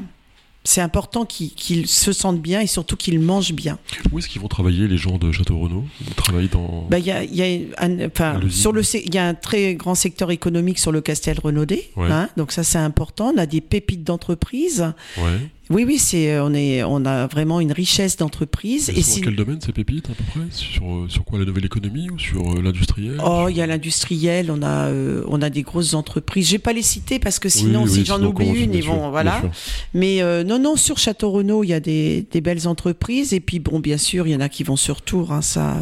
c'est important qu'ils qu'ils se sentent bien et surtout qu'ils mangent bien.
Où est-ce qu'ils vont travailler les gens de Château Renaud Ils travaillent dans
Bah, il y a, il y a un, enfin,
Allez-y.
sur le, sé- il y a un très grand secteur économique sur le Castel Renaudet.
Ouais.
hein, donc ça, c'est important. On a des pépites d'entreprise.
ouais.
Oui, oui, c'est, euh, on est, on a vraiment une richesse d'entreprises.
Et
Et
sur
si-
quel domaine ces pépites à peu près sur, euh, sur quoi la nouvelle économie ou sur euh, l'industriel
Oh,
Sur-
il y a l'industriel, on a, euh, on a des grosses entreprises. Je vais pas les citer parce que
Oui,
sinon,
oui,
si j'en
sinon,
oublie
comment-
une,
bien
ils
sûr,
vont,
bien
voilà.
sûr.
Mais euh, non, non, sur Château Renaud, il y a des, des belles entreprises. Et puis, bon, bien sûr, il y en a qui vont sur Tours. hein, ça.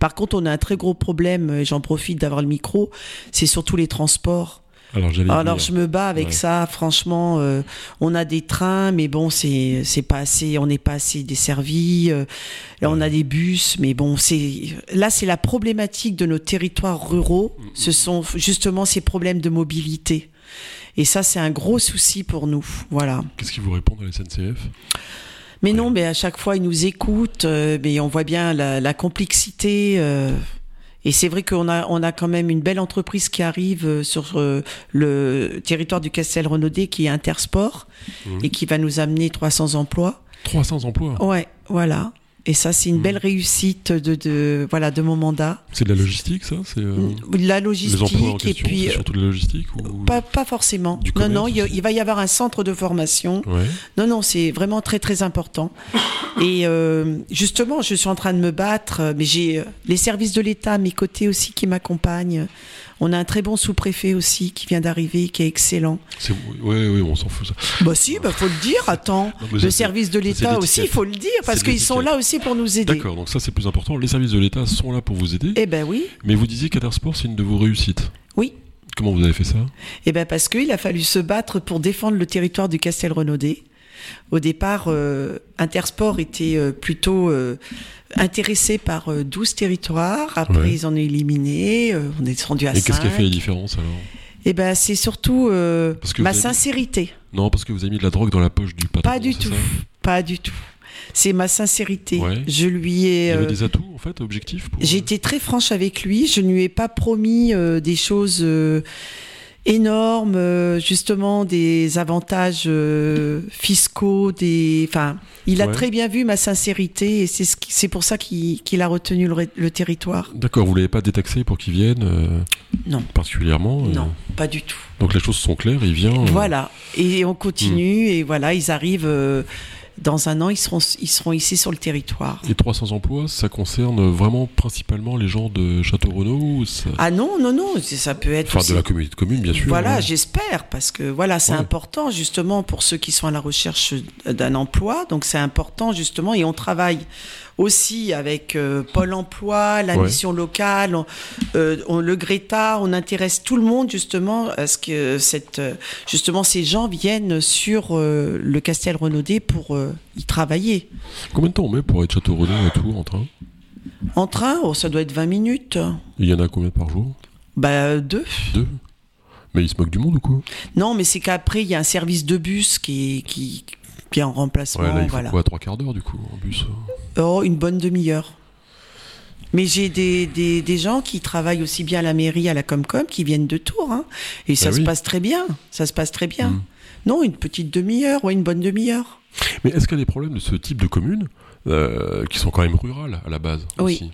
Par contre, on a un très gros problème, et j'en profite d'avoir le micro, c'est surtout les transports.
Alors j'allais
Oh, Alors,
dire.
je me bats avec
Ouais.
ça, franchement. euh, on a des trains, mais bon, c'est c'est pas assez, on n'est pas assez desservi. euh, là, on a des bus, mais bon, c'est là, c'est la problématique de nos territoires ruraux. Ce sont f- justement ces problèmes de mobilité. Et ça, c'est un gros souci pour nous. Voilà.
Qu'est-ce qu'ils vous répondent à la SNCF
Mais non, mais à chaque fois, ils nous écoutent, euh, mais on voit bien la, la complexité. euh, Et c'est vrai qu'on a, on a quand même une belle entreprise qui arrive sur euh, le territoire du Castel Renaudé qui est Intersport
Mhm.
et qui va nous amener 300 emplois.
300 emplois.
Ouais, voilà. Et ça, c'est une
Mhm.
belle réussite de, de, voilà, de mon mandat.
C'est de la logistique, ça C'est euh,
De
les emplois
La
en
logistique et
question,
puis. euh,
c'est surtout de la logistique ou...
Pas, pas forcément.
Du
non,
commerce
non, il, y a-
aussi.
il va y avoir un centre de formation.
Ouais.
Non, non, c'est vraiment très, très important. Et euh, justement, je suis en train de me battre, euh, mais j'ai euh, les services de l'État à mes côtés aussi qui m'accompagnent. On a un très bon sous-préfet aussi qui vient d'arriver, qui est excellent.
C'est- Ouais, ouais, on s'en fout ça.
Bah si, bah faut le dire, attends.
Non, mais ça,
Le
c'est-
service de l'État
l'étiquette.
aussi, il faut le dire, parce
C'est
qu'ils sont
l'étiquette.
là aussi pour nous aider.
D'accord, donc ça c'est plus important. Les services de l'État sont là pour vous aider.
Eh ben oui,
Mais vous disiez qu'Intersport c'est une de vos réussites.
oui.
Comment vous avez fait ça
Eh ben parce qu'il a fallu se battre pour défendre le territoire du Castel Renaudé. Au départ, euh, Intersport était euh, plutôt euh, intéressé par euh, 12 territoires. Après,
Ouais.
ils en ont éliminé. euh, on est rendu à
Et qu'est-ce qui a
5.
fait la différence alors
Eh ben, c'est surtout euh,
Parce que
ma
vous avez-
sincérité.
Non, parce que vous avez mis de la drogue dans la poche du patron.
Pas du
c'est
tout.
ça
Pas du tout. C'est ma sincérité.
Ouais.
Je lui
Il
ai...
y avait
euh,
des atouts en fait, objectifs pour... euh,
J'ai été très franche avec lui. Je ne lui ai pas promis euh, des choses euh, énormes, euh, justement des avantages euh, fiscaux, des. Enfin, il a
Ouais.
très bien vu ma sincérité et c'est ce qui- c'est pour ça qu'il qu'il a retenu le, ré- le territoire.
D'accord, vous l'avez pas détaxé pour qu'il vienne euh,
Non.
particulièrement. euh,
Non, pas du tout.
Donc les choses sont claires, il vient. euh,
Voilà. Et on continue
Hmm.
et voilà, ils arrivent. euh, dans un an, ils seront, ils seront ici sur le territoire.
Et 300 emplois, ça concerne vraiment principalement les gens de Château Renaud ou ça...
Ah non, non, non, c'est- ça peut être.
Enfin,
aussi-
de la communauté de communes, bien sûr.
Voilà,
hein.
j'espère, parce que voilà, c'est
Ouais.
important justement pour ceux qui sont à la recherche d'un emploi. Donc c'est important justement, et on travaille aussi avec euh, Pôle Emploi, la
Ouais.
mission locale, on, euh, on- le Greta, on intéresse tout le monde justement à ce que cette, euh, justement ces gens viennent sur euh, le Castel Renaudé pour euh, y travailler.
Combien de temps on met pour être Château Renaud à Tours en train
En train, oh, ça doit être 20 minutes.
Il y en a combien par jour
Bah deux.
Deux. Mais ils se moquent du monde ou quoi
Non, mais c'est qu'après il y a un service de bus qui est- qui, qui est en remplacement.
Ouais, là, il faut
voilà.
quoi Trois quarts d'heure, du coup, en bus euh.
Oh, une bonne demi-heure. Mais j'ai des, des, des gens qui travaillent aussi bien à la mairie, à la Comcom, qui viennent de Tours. hein. Et ça
Bah
se
oui.
passe très bien. Ça se passe très bien.
Mm.
Non, une petite demi-heure, ouais, une bonne demi-heure.
Mais est-ce qu'il y a des problèmes de ce type de communes euh, qui sont quand même rurales à la base
Oui.
aussi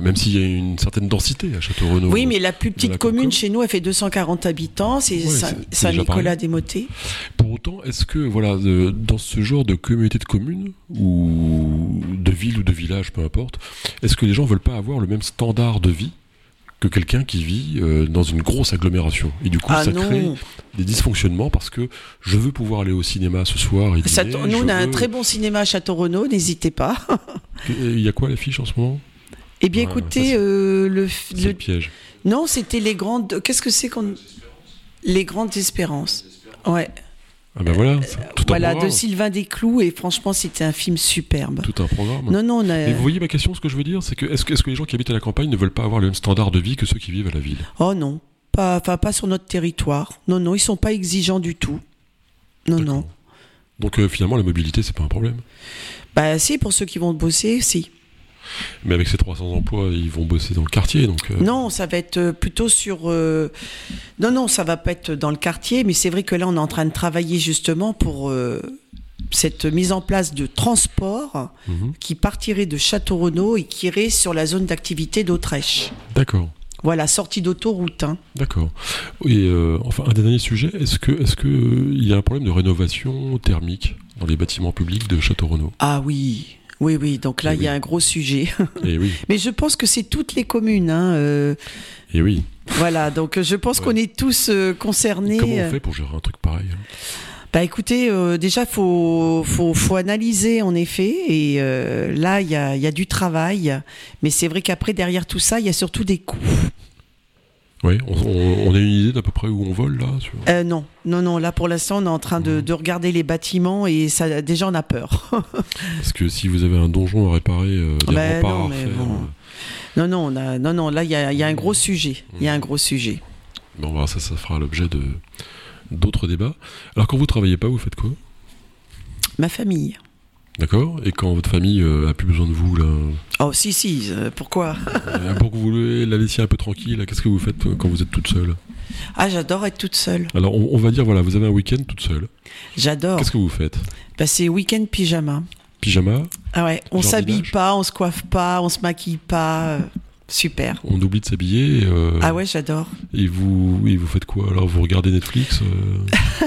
Même s'il y a une certaine densité à euh, Château Renaud.
oui, mais la plus
de
petite
la Comcom.
commune chez nous, elle fait 240 habitants. C'est
Ouais,
Saint-
c'est- c'est déjà pas
Saint-Nicolas des Motés.
Pour autant, est-ce que voilà, de- dans ce genre de communauté de communes ou de ville ou de village, peu importe, est-ce que les gens veulent pas avoir le même standard de vie que quelqu'un qui vit euh, dans une grosse agglomération Et du coup,
Ah
ça
non.
crée des dysfonctionnements parce que je veux pouvoir aller au cinéma ce soir. Et dîner,
Ça tourne- nous,
je
on a un
veux-
très bon cinéma à Château-Renaud. N'hésitez pas. [laughs]
Et Il y a quoi à l'affiche en ce moment
Eh bien,
Ouais, ça,
écoutez,
c'est-
euh, le, f-
C'est
le-
le piège.
Non, c'était les grandes. Qu'est-ce que c'est qu'on. Les grandes espérances. Ouais.
Ah ben voilà, c'est tout hein. un
Euh, voilà, de
programme.
Sylvain Desclous, et franchement, c'était un film superbe.
Tout un programme.
Non, euh, non, on a...
Mais vous voyez ma question, ce que je veux dire, c'est que est-ce que, est-ce que les gens qui habitent à la campagne ne veulent pas avoir le même standard de vie que ceux qui vivent à la ville
Oh non, pas, enfin, pas sur notre territoire. Non, non, ils sont pas exigeants du tout. Non,
D'accord.
non.
Donc euh, finalement, la mobilité, c'est pas un problème.
Bah si, pour ceux qui vont bosser, si.
Mais avec ces 300 emplois, ils vont bosser dans le quartier, donc. euh,
Non, ça va être euh, plutôt sur... euh, Non, non, ça va pas être dans le quartier, mais c'est vrai que là, on est en train de travailler justement pour euh, cette mise en place de transport
mhm.
qui partirait de Château-Renaud et qui irait sur la zone d'activité d'Autrèche.
D'accord,
Voilà, sortie d'autoroute. hein.
d'accord. Et euh, enfin, un dernier sujet, est-ce que, est-ce que euh, il y a un problème de rénovation thermique dans les bâtiments publics de Château Renaud
Ah oui, oui, oui, donc là,
Eh
il y a un gros sujet. [laughs]
Et Eh oui,
Mais je pense que c'est toutes les communes. hein, euh,
et eh
[laughs]
oui.
voilà, donc euh, je pense
Ouais.
qu'on est tous euh, concernés.
Comment on fait pour gérer un truc pareil hein
Bah écoutez, euh, déjà faut, faut faut analyser en effet. Et euh, là, il y a, il y a du travail, mais c'est vrai qu'après derrière tout ça, il y a surtout des coûts.
Ouais, on, on- on a une idée d'à peu près où on vole là sur-
Euh, non, non, non. Là pour l'instant, on est en train
Mmh.
de, de regarder les bâtiments et ça déjà on a peur. [laughs]
Parce que si vous avez un donjon à réparer, euh, des
Ben
remparts
non,
à
mais
faire,
bon.
euh,
non, non, on a, non, non. Là, il y a, il y a un gros sujet. Il y a
Mmh.
un gros sujet.
bon, voilà, ça, ça fera l'objet de d'autres débats. Alors quand vous travaillez pas, vous faites quoi
Ma famille.
D'accord Et quand votre famille euh, a plus besoin de vous, là,
Oh, si, si, euh, pourquoi
euh, pour que vous le- la laissiez un peu tranquille, là, qu'est-ce que vous faites euh, quand vous êtes toute seule
Ah, j'adore être toute seule.
Alors, on, on va dire, voilà, vous avez un week-end toute seule.
J'adore.
Qu'est-ce que vous faites
Bah, c'est week-end pyjama.
Pyjama
Ah ouais, on
Jardinage.
s'habille pas, on se coiffe pas, on se maquille pas. euh, Super.
On oublie de s'habiller et, euh,
Ah ouais, j'adore.
et vous, et vous faites quoi Alors, vous regardez Netflix
[laughs]
euh,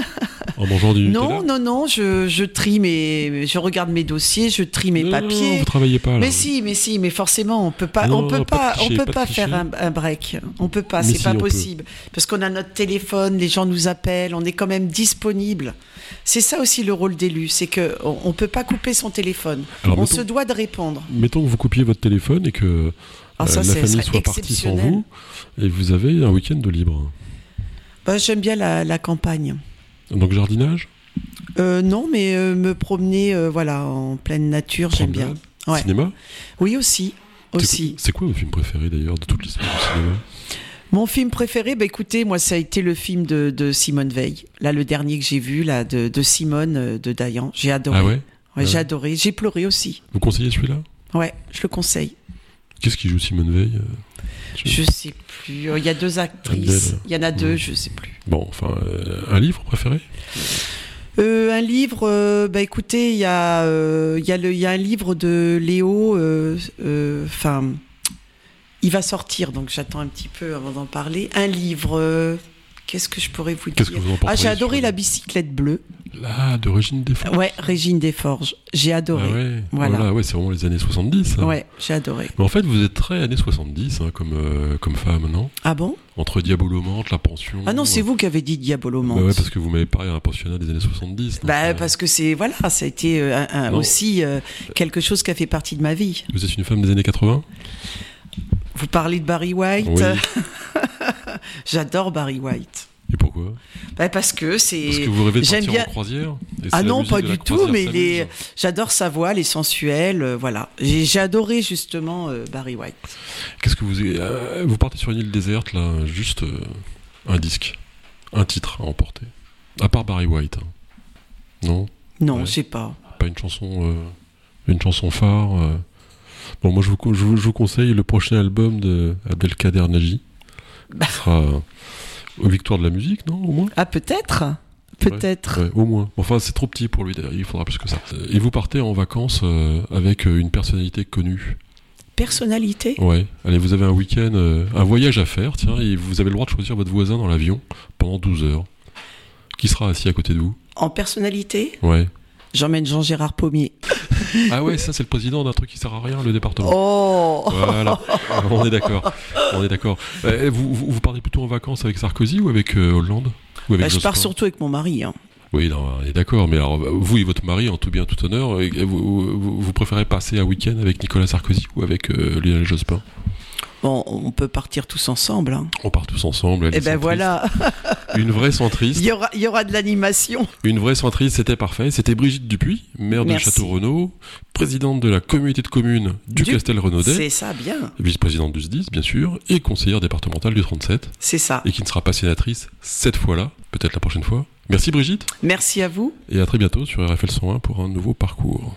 en mangeant du
Non,
Nutella
non, non, je, je trie mes. Je regarde mes dossiers, je trie mes
Non, non, non,
papiers.
vous travaillez pas là.
mais si, mais si, mais forcément, on peut pas,
Non,
on peut
pas
pas,
de
on
cliché,
peut
pas de
pas
cliché.
faire un, un break. On peut pas,
Mais
c'est
si,
pas
on peut.
possible, parce qu'on a notre téléphone, les gens nous appellent, on est quand même disponible. C'est ça aussi le rôle d'élu, c'est que on, on peut pas couper son téléphone.
Alors,
on
mettons-
se doit de répondre.
Mettons que vous coupiez votre téléphone et que
Ah, ça,
euh,
c'est-
la famille
serait
soit partie sans
exceptionnel.
vous et vous avez un week-end de libre.
Bah, J'aime bien la, la campagne.
Donc, jardinage
Euh, non, mais euh, me promener, euh, voilà, en pleine nature, j'aime bien.
Promenade
Ouais.
Cinéma
Oui aussi,
C'est-
aussi.
C'est quoi votre film préféré d'ailleurs de toute l'histoire du cinéma
Mon film préféré, bah écoutez, moi ça a été le film de, de Simone Veil. Là, le dernier que j'ai vu, là, de, de Simone, euh, de Dayan, j'ai adoré.
Ah ouais
Ouais,
Ouais.
J'ai adoré, j'ai pleuré aussi.
Vous conseillez celui-là
Ouais, je le conseille.
Qu'est-ce qui joue Simone Veil euh, je-
Je sais plus. euh, Il y a deux actrices.
Adèle.
Il y en a deux,
Ouais.
je sais plus.
Bon, enfin, euh, un livre préféré
Euh, un livre, euh, bah écoutez, il y a, euh, il y a le, il y a un livre de Léo. euh, euh, Enfin, il va sortir, donc j'attends un petit peu avant d'en parler. Un livre. euh, Qu'est-ce que je pourrais vous dire
Qu'est-ce que vous en pensez
Ah, j'ai adoré la bicyclette bleue.
Là, d'origine des Forges.
Ouais, Régine Desforges. J'ai adoré.
Ah ouais,
Voilà.
voilà, ouais, c'est vraiment les années 70. ça.
ouais, j'ai adoré.
Mais en fait, vous êtes très années 70 hein, comme, euh, comme femme, non
Ah bon
Entre Diabolomante, la pension.
Ah non, c'est
euh,
vous qui avez dit
bah
Diabolomante.
ouais, parce que vous m'avez parlé d'un pensionnat des années 70. donc,
Bah,
euh,
parce que c'est voilà, ça a été euh, un- un-
Non.
aussi euh, quelque chose qui a fait partie de ma vie.
Vous êtes une femme des années 80
Vous parlez de Barry White.
Oui.
J'adore Barry White.
Et pourquoi
Bah, parce que
Parce
c'est.
que vous rêvez de
j'aime
partir
bien-
en croisière et c'est
Ah
la
non,
musique
pas
de la
du tout,
croisière
mais
s'amuse.
les- j'adore sa voix, elle est sensuelle, euh, voilà. J'ai j'ai adoré justement euh, Barry White.
Qu'est-ce que vous... euh, vous partez sur une île déserte, là, juste euh, un disque, un titre à emporter. À part Barry White. hein. Non
Non,
Ouais.
je sais pas.
pas une chanson euh, une chanson phare euh. bon moi je vous, con- je, vous, je vous conseille le prochain album de Abdelkader Naji
Bah.
Ce sera euh, aux victoires de la musique non au moins
Ah peut-être, peut-être.
Ouais, au moins enfin c'est trop petit pour lui d'ailleurs, il faudra plus que ça Euh, et vous partez en vacances euh, avec euh, une personnalité connue
Personnalité.
ouais allez vous avez un week-end euh, un voyage à faire tiens et vous avez le droit de choisir votre voisin dans l'avion pendant 12 heures qui sera assis à côté de vous
En personnalité,
ouais
j'emmène Jean-Gérard Pommier.
ah ouais ça c'est le président d'un truc qui sert à rien le département
Oh
Voilà, on est d'accord. On est d'accord. Euh, Vous, vous, vous partez plutôt en vacances avec Sarkozy ou avec euh, Hollande ou avec
Bah, Je
Jospin
pars surtout avec mon mari. hein.
Oui, non, on est d'accord. Mais alors, vous et votre mari, en tout bien, tout honneur, euh, vous, vous, vous préférez passer un week-end avec Nicolas Sarkozy ou avec euh, Lionel Jospin
Bon, on peut partir tous ensemble. hein.
On part tous ensemble. elle
Eh
est centriste.
ben voilà,
Une vraie
[laughs] il
centriste.
y aura, il y aura de l'animation.
Une vraie centriste, c'était parfait. C'était Brigitte Dupuis, maire
Merci.
de Château-Renaud, présidente de la communauté de communes du,
Du-
Castel-Renaudet,
C'est ça, bien.
vice-présidente du SDIS, bien sûr, et conseillère départementale du 37.
C'est ça.
et qui ne sera pas sénatrice cette fois-là, peut-être la prochaine fois. Merci Brigitte,
Merci à vous.
et à très bientôt sur RFL 101 pour un nouveau parcours.